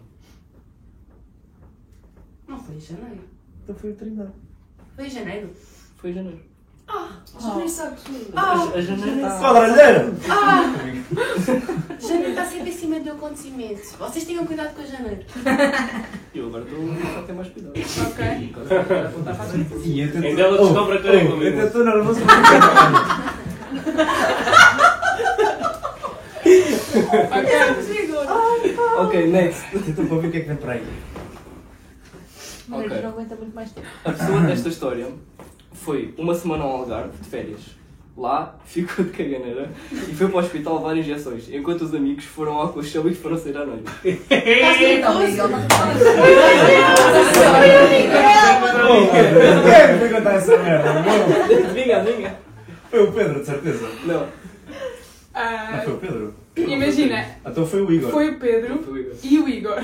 Speaker 15: Não, foi em janeiro.
Speaker 3: Então foi o Trindade.
Speaker 15: Foi em janeiro.
Speaker 2: Foi a janeiro.
Speaker 7: Já nem sabes.
Speaker 2: A, a janeiro tá- está.
Speaker 3: Quadralheira!
Speaker 15: Ah! Janeiro está sempre em cima do acontecimento. Vocês tenham cuidado com a Janeiro.
Speaker 2: Eu agora estou a ter mais cuidado.
Speaker 5: Ok.
Speaker 2: né?
Speaker 3: E eu tento-
Speaker 13: Ainda ela
Speaker 3: Oh,
Speaker 13: descobre a cara
Speaker 3: oh,
Speaker 13: comigo.
Speaker 3: Eu até estou nervoso porque
Speaker 2: Ok, next.
Speaker 3: estou para ver o que é que vem para aí.
Speaker 6: Mas é
Speaker 2: Ok.
Speaker 6: não aguenta muito mais tempo.
Speaker 2: A pessoa desta história foi uma semana ao Algarve de férias. Lá ficou de caganeira e foi para o hospital levar injeções, enquanto os amigos foram ao colchão e foram sair à noite.
Speaker 14: Estás então, Miguel.
Speaker 3: Quem é que foi contar essa merda? Não.
Speaker 2: Vinga, vinha!
Speaker 3: Foi o Pedro, de certeza.
Speaker 2: Não,
Speaker 5: Ah,
Speaker 3: Não foi o Pedro?
Speaker 5: imagina,
Speaker 3: Então foi o Igor.
Speaker 5: foi o Pedro
Speaker 2: foi o Igor.
Speaker 5: e o Igor.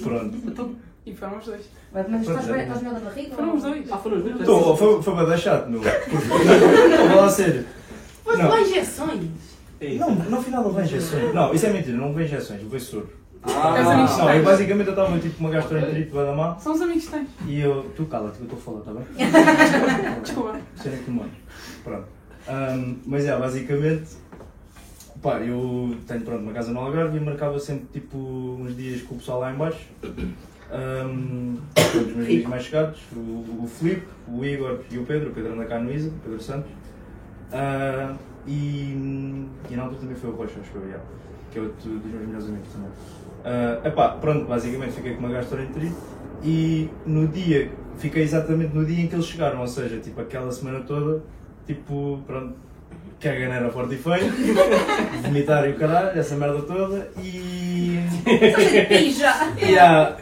Speaker 3: Pronto.
Speaker 5: E foram os dois.
Speaker 14: Mas estás bem- estás melhor da barriga?
Speaker 5: Foram os dois.
Speaker 2: Ah, foram os dois?
Speaker 3: Então, foi, foi para dar chato, meu. Estou a falar a sério.
Speaker 15: Foi
Speaker 3: Não.
Speaker 15: com injeções.
Speaker 3: Não, no final não vem injeções. Não, isso é mentira, não vem injeções, vem soro.
Speaker 5: Meus
Speaker 2: Ah,
Speaker 5: amigos
Speaker 3: Não, eu
Speaker 5: tens.
Speaker 3: basicamente eu estava tipo uma gastroenterite vai da má
Speaker 5: São os amigos que tens.
Speaker 3: e eu. Tu cala-te, eu estou a falar, está tá bem?
Speaker 5: Desculpa.
Speaker 3: Serem que demônios. Pronto. Ahm, mas é, basicamente, pá, eu tenho pronto, uma casa no Algarve e marcava sempre tipo uns dias com o pessoal lá em baixo. Ahm, com os meus amigos mais chegados, o, o Filipe, o Igor e o Pedro, o Pedro anda cá no Isa, o Pedro Santos. Ah, e, e na altura também foi o Rocha, acho que eu, yeah, que é outro dos meus melhores amigos também. Ah, epá, pronto, basicamente fiquei com uma gastroenterite e no dia, fiquei exatamente no dia em que eles chegaram, ou seja, tipo aquela semana toda, tipo, pronto, caga era forte e feio, vomitar e o caralho, essa merda toda e.
Speaker 15: Pija.
Speaker 3: E há,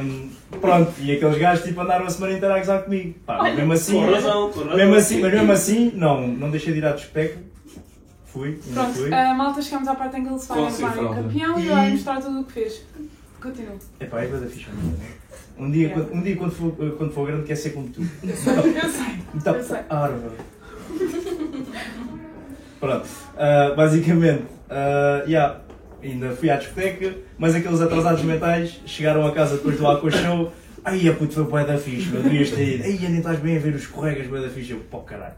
Speaker 3: hum, pronto, e aqueles gajos tipo andaram a semana inteira a gozar comigo. Pá, mas mesmo assim,
Speaker 13: Com razão, com razão.
Speaker 3: mesmo assim, mas mesmo assim, não, não deixei de ir à discoteca. Fui, ainda
Speaker 5: Pronto, ah.
Speaker 3: fui.
Speaker 5: a malta chegamos à parte em que ele se vai
Speaker 3: Posso ir
Speaker 5: armar o
Speaker 3: fralda?
Speaker 5: campeão e
Speaker 3: E-
Speaker 5: vai mostrar tudo o que fez. Continua.
Speaker 3: Epá, é bué da ficha. Um dia, quando- um dia quando, for, quando for grande quer ser como tu. Eu
Speaker 5: É. sei.
Speaker 3: Então, árvore. Pronto. ah, basicamente, ah, yeah, ainda fui à discoteca, mas aqueles atrasados mentais chegaram a casa depois do Aquashow. Ai, a puto, foi bué da ficha, meu. Devias ter ido. Ai, nem estás bem a ver os colegas, bué da ficha. Eu, pô, caralho.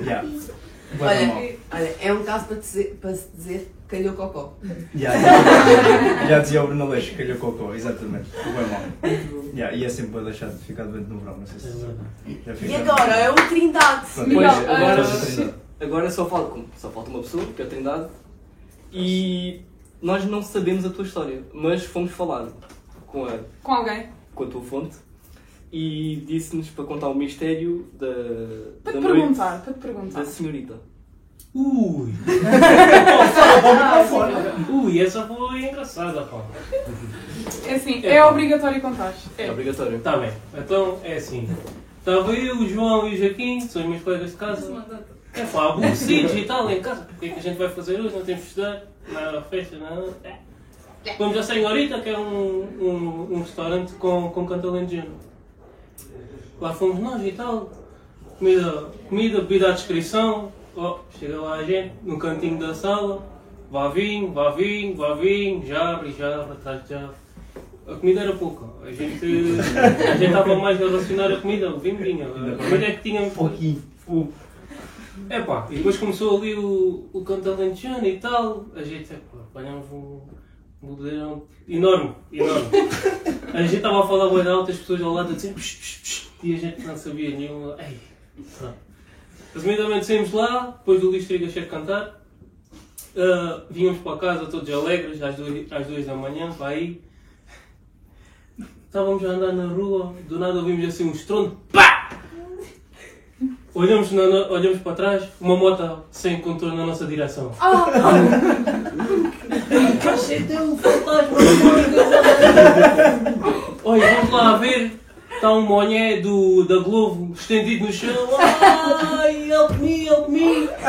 Speaker 3: yeah. Bué da mal.
Speaker 15: Olha, olha, é um caso para, dizer, para se dizer calhou cocó.
Speaker 3: Já, já, já dizia o Bruno Leixo, calhou cocó, exatamente. O bem mal. Já, e é sempre para deixar de ficar doente no verão, não sei se já
Speaker 15: E agora, é o Trindade.
Speaker 3: Pronto,
Speaker 2: Pois,
Speaker 3: Miguel,
Speaker 2: agora,
Speaker 3: ah, Trindade.
Speaker 2: agora só, falta, como só falta uma pessoa, que é a Trindade, e nós não sabemos a tua história, mas fomos falar com a,
Speaker 5: Com alguém.
Speaker 2: com a tua fonte e disse-nos para contar o mistério da, da
Speaker 5: Para te
Speaker 2: noite
Speaker 5: perguntar, para te perguntar.
Speaker 2: da senhorita.
Speaker 13: Ui! Ui, essa foi engraçada, pá.
Speaker 5: É assim, é obrigatório contar. É.
Speaker 2: obrigatório.
Speaker 13: Tá bem. Então é assim. Estava eu, o João e o Joaquim, que são os meus colegas de casa. É pá, aborrecidos e tal em casa. O que é que a gente vai fazer hoje? Não temos de estudar, nada festa, nada. Vamos à Senhorita, que é um, um, um restaurante com, com cantalentejano. Lá fomos nós e tal. Comida, comida bebida à descrição. Oh, chega lá a gente, no cantinho da sala. Vá vinho, vá vinho, vá vinho, já abre, já abre, atrás de já abre. A comida era pouca. A gente a gente estava mais a relacionar a comida, o vinho, vinho. A comida é que tínhamos.
Speaker 3: Pouquinho.
Speaker 13: Epá, e depois começou ali o, o canto alentejano e tal. A gente, epá, apanhámos um um bodeirão enorme, enorme. A gente estava a falar bem alto, as pessoas ao lado a dizer psh, psh, psh, e a gente não sabia nenhuma. Ei, pronto. Resumidamente, saímos lá, depois do lixo trigo chefe cantar. Ah, vínhamos para casa todos alegres, às duas, às duas da manhã, para aí. Estávamos a andar na rua, do nada ouvimos assim um estrondo, pá! Olhamos, na- na- olhamos para trás, uma moto sem contorno na nossa direção.
Speaker 6: Ah!
Speaker 15: Achei até um fantasma.
Speaker 13: Olha, vamos lá ver. Está um monhé do, da Globo estendido no chão. Ai, help me, help me.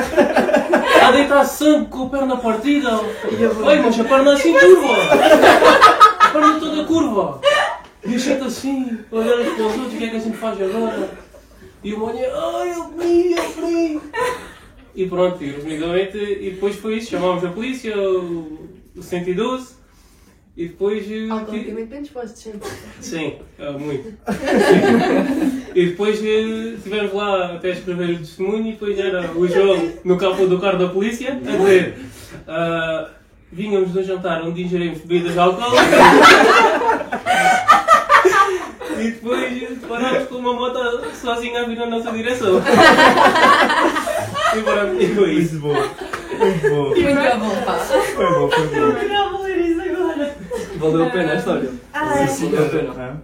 Speaker 13: A deitar sangue com a perna partida. Olha, mas a perna assim curva. A perna toda curva. E a gente assim, olhando para os outros, o que é que a gente faz agora? E o monhé, ai, help me, help me. E pronto, e resumidamente, e depois foi isso. Chamámos a polícia, o o 112. E depois. eh, que-
Speaker 15: Alcoólicamente bem dispostos, gente.
Speaker 13: Sim, ah, muito. Sim. E depois eh, estivemos lá até escrever o testemunho e depois era o João no capô do carro da polícia a dizer ah, vínhamos de um jantar onde ingerimos bebidas alcoólicas e depois eh, parámos com uma moto sozinha a vir na nossa direção. E pronto, e foi isso.
Speaker 3: Muito bom. Muito bom.
Speaker 15: Muito bom, pá.
Speaker 3: Foi bom, foi bom.
Speaker 15: Não vou ler isso agora.
Speaker 2: Valeu a pena a história.
Speaker 5: É.
Speaker 3: é.
Speaker 5: Ah,
Speaker 2: Sim, valeu a pena.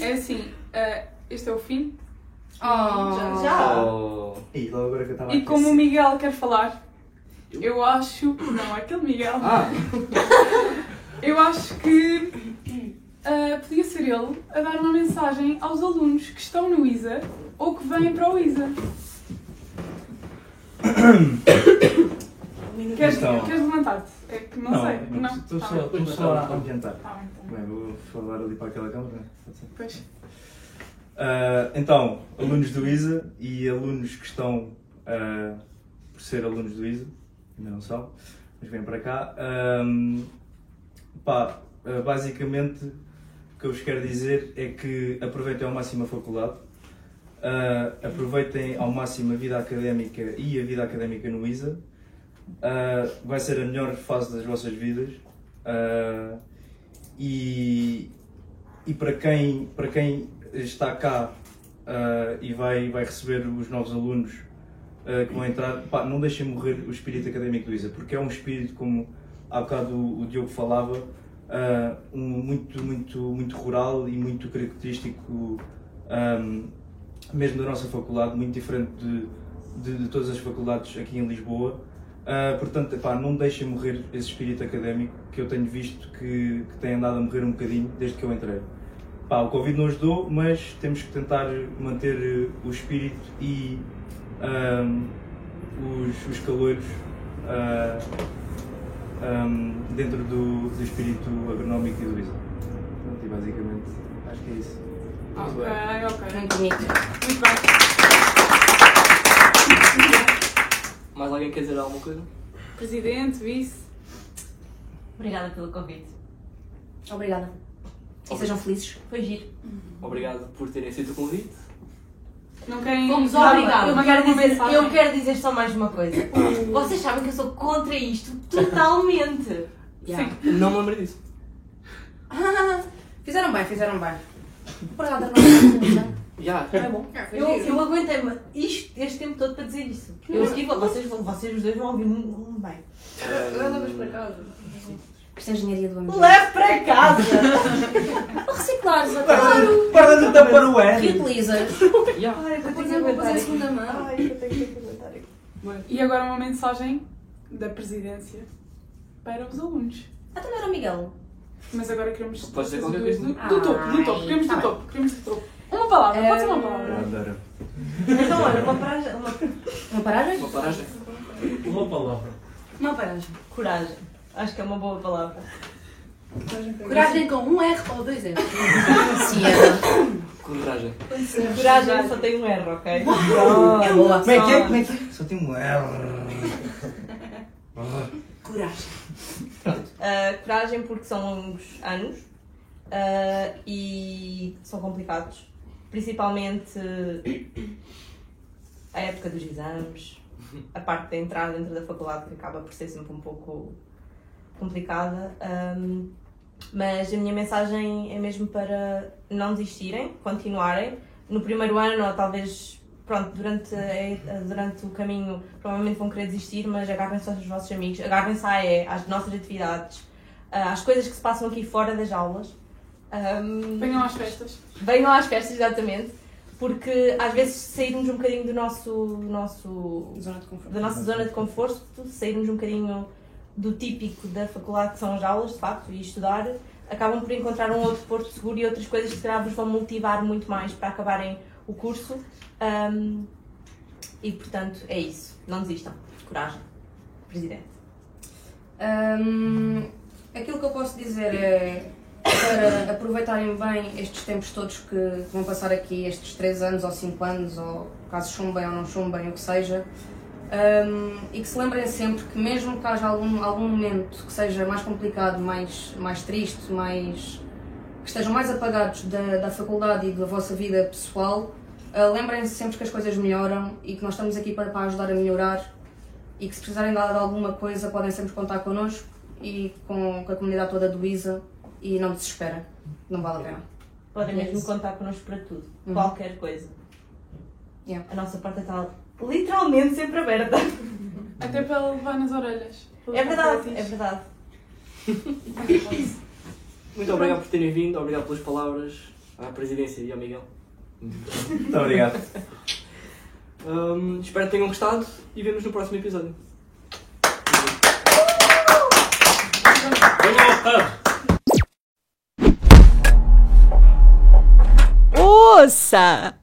Speaker 5: É assim, ah, este é o fim.
Speaker 15: Oh.
Speaker 2: Oh.
Speaker 3: É. E logo agora que eu assim. estava
Speaker 5: E como o Miguel quer falar, eu acho. Não, é aquele Miguel.
Speaker 2: Ah.
Speaker 5: Eu acho que ah, podia ser ele a dar uma mensagem aos alunos que estão no ISA ou que vêm para o ISA. Queres,
Speaker 3: Então.
Speaker 5: queres levantar-te? É que não, sei.
Speaker 3: não,
Speaker 5: Não.
Speaker 3: Estou
Speaker 5: Tá
Speaker 3: só,
Speaker 5: bem.
Speaker 3: estou só a é?
Speaker 5: Tá
Speaker 3: adiantar.
Speaker 5: bem, tá bem.
Speaker 3: Bem, vou falar ali para aquela câmara. né? Pode ser?
Speaker 5: Pois.
Speaker 3: Ah, então, alunos do ISA e alunos que estão, ah, por ser alunos do ISA, ainda não são, mas vêm para cá, ahm, pá, ah, basicamente o que eu vos quero dizer é que aproveitem ao máximo a faculdade, Ah, aproveitem ao máximo a vida académica e a vida académica no ISA. Ah, vai ser a melhor fase das vossas vidas. Ah, e e para, quem, para quem está cá ah, e vai, vai receber os novos alunos ah, que vão entrar, pá, não deixem morrer o espírito académico do ISA, porque é um espírito, como há bocado o, o Diogo falava, ah, um, muito, muito, muito rural e muito característico ah, mesmo da nossa faculdade, muito diferente de, de, de todas as faculdades aqui em Lisboa. Ah, portanto, epá, não deixem morrer esse espírito académico que eu tenho visto que, que tem andado a morrer um bocadinho desde que eu entrei. Pá, o Covid não ajudou, mas temos que tentar manter eh, o espírito e ahm, os, os calores ah, ahm, dentro do, do espírito agronómico e do ISA. Pronto, e basicamente acho que é isso. Muito
Speaker 5: Ok,
Speaker 3: bem.
Speaker 5: ok.
Speaker 14: Muito bonito.
Speaker 5: Muito bem.
Speaker 2: Mais alguém quer dizer alguma coisa?
Speaker 5: Presidente, vice.
Speaker 6: Obrigada pelo convite.
Speaker 14: Obrigada. E sejam felizes.
Speaker 6: Foi giro.
Speaker 2: Obrigado por terem aceito o convite.
Speaker 5: Não querem.
Speaker 6: Fomos
Speaker 5: dar-
Speaker 6: obrigados.
Speaker 5: Eu Uh. quero uma
Speaker 6: dizer,
Speaker 5: mensagem.
Speaker 6: eu quero dizer só mais uma coisa. Vocês sabem que eu sou contra isto totalmente.
Speaker 2: Não me lembro disso.
Speaker 14: Ah, fizeram bem, fizeram bem. Por acaso, não
Speaker 2: Já.
Speaker 6: É bom. Eu, eu aguentei me isto, este tempo todo para dizer isso. Eu aqui, vocês, vão- vocês os dois vão ouvir muito muito bem.
Speaker 7: Agora levas para casa.
Speaker 14: Isto é engenharia do ambiente.
Speaker 6: Leve para casa!
Speaker 14: Para reciclar, Zé.
Speaker 3: Guarda-lhe o Tupperware!
Speaker 14: Reutilizas.
Speaker 6: Ai, eu
Speaker 7: Por
Speaker 6: tenho que
Speaker 7: exemplo, vou
Speaker 6: aguentar
Speaker 7: fazer
Speaker 6: aqui.
Speaker 7: segunda mão.
Speaker 15: Ai, eu tenho que comentar aqui.
Speaker 5: E agora uma mensagem da presidência para os alunos.
Speaker 14: Até não era o Miguel.
Speaker 5: Mas agora queremos
Speaker 2: Pode ser
Speaker 5: os
Speaker 2: qualquer
Speaker 5: dois
Speaker 2: coisa.
Speaker 5: do, do topo, do topo,
Speaker 14: Ai,
Speaker 5: queremos
Speaker 14: tá
Speaker 5: do
Speaker 14: bem.
Speaker 5: topo, queremos do topo. Uma palavra, pode ser uma
Speaker 3: Eu
Speaker 5: palavra.
Speaker 3: adoro.
Speaker 6: Então, olha, uma paragem. Uma...
Speaker 14: Não pararam?
Speaker 2: Uma paragem.
Speaker 13: Uma palavra.
Speaker 14: Não paragem.
Speaker 6: Coragem. Acho que é uma boa palavra.
Speaker 4: Coragem com um R ou dois R.
Speaker 14: Sim, é.
Speaker 2: Coragem.
Speaker 15: é.
Speaker 6: Coragem só tem um R, ok?
Speaker 14: É boa.
Speaker 3: Como é que é? Como é que é? Só tem um erro.
Speaker 4: Coragem.
Speaker 6: Uh, coragem porque são longos anos uh, e são complicados. Principalmente uh, a época dos exames, a parte da entrada dentro da faculdade que acaba por ser sempre um pouco complicada. Um, mas a minha mensagem é mesmo para não desistirem, continuarem. No primeiro ano, ou talvez pronto, durante, a- durante o caminho, provavelmente vão querer desistir, mas agarrem-se aos vossos amigos, agarrem-se à E, às nossas atividades, ah, às coisas que se passam aqui fora das aulas. Um,
Speaker 5: Venham às festas.
Speaker 6: Venham às festas, exatamente, porque às vezes sairmos um bocadinho do nosso, do nosso
Speaker 14: Zona de conforto.
Speaker 6: da nossa zona de conforto, sairmos um bocadinho do típico da faculdade, que são as aulas, de facto, e estudar, acabam por encontrar um outro porto seguro e outras coisas que se calhar vos vão motivar muito mais para acabarem o curso. Ahm, e, portanto, é isso. Não desistam. Coragem. Presidente.
Speaker 14: Hum, aquilo que eu posso dizer é para aproveitarem bem estes tempos todos que vão passar aqui, estes 3 anos ou 5 anos, ou caso chumbem ou não chumbem, o que seja, hum, e que se lembrem sempre que, mesmo que haja algum, algum momento que seja mais complicado, mais, mais triste, mais, que estejam mais apagados da, da faculdade e da vossa vida pessoal, ah, lembrem-se sempre que as coisas melhoram e que nós estamos aqui para, para ajudar a melhorar e que se precisarem de alguma coisa podem sempre contar connosco e com, com a comunidade toda do ISA e não desesperem, não vale a pena.
Speaker 6: Podem
Speaker 14: É
Speaker 6: mesmo
Speaker 14: isso.
Speaker 6: contar connosco para tudo.
Speaker 14: Uhum.
Speaker 6: Qualquer coisa.
Speaker 14: Yeah.
Speaker 6: A nossa porta está literalmente sempre aberta.
Speaker 5: Até para levar nas orelhas.
Speaker 6: É verdade, é verdade.
Speaker 2: Muito obrigado por terem vindo, obrigado pelas palavras à presidência e ao Miguel.
Speaker 3: Muito obrigado.
Speaker 2: Hum, espero que tenham gostado e vemos no próximo episódio.
Speaker 13: Venham ao Hub!
Speaker 6: Ouça!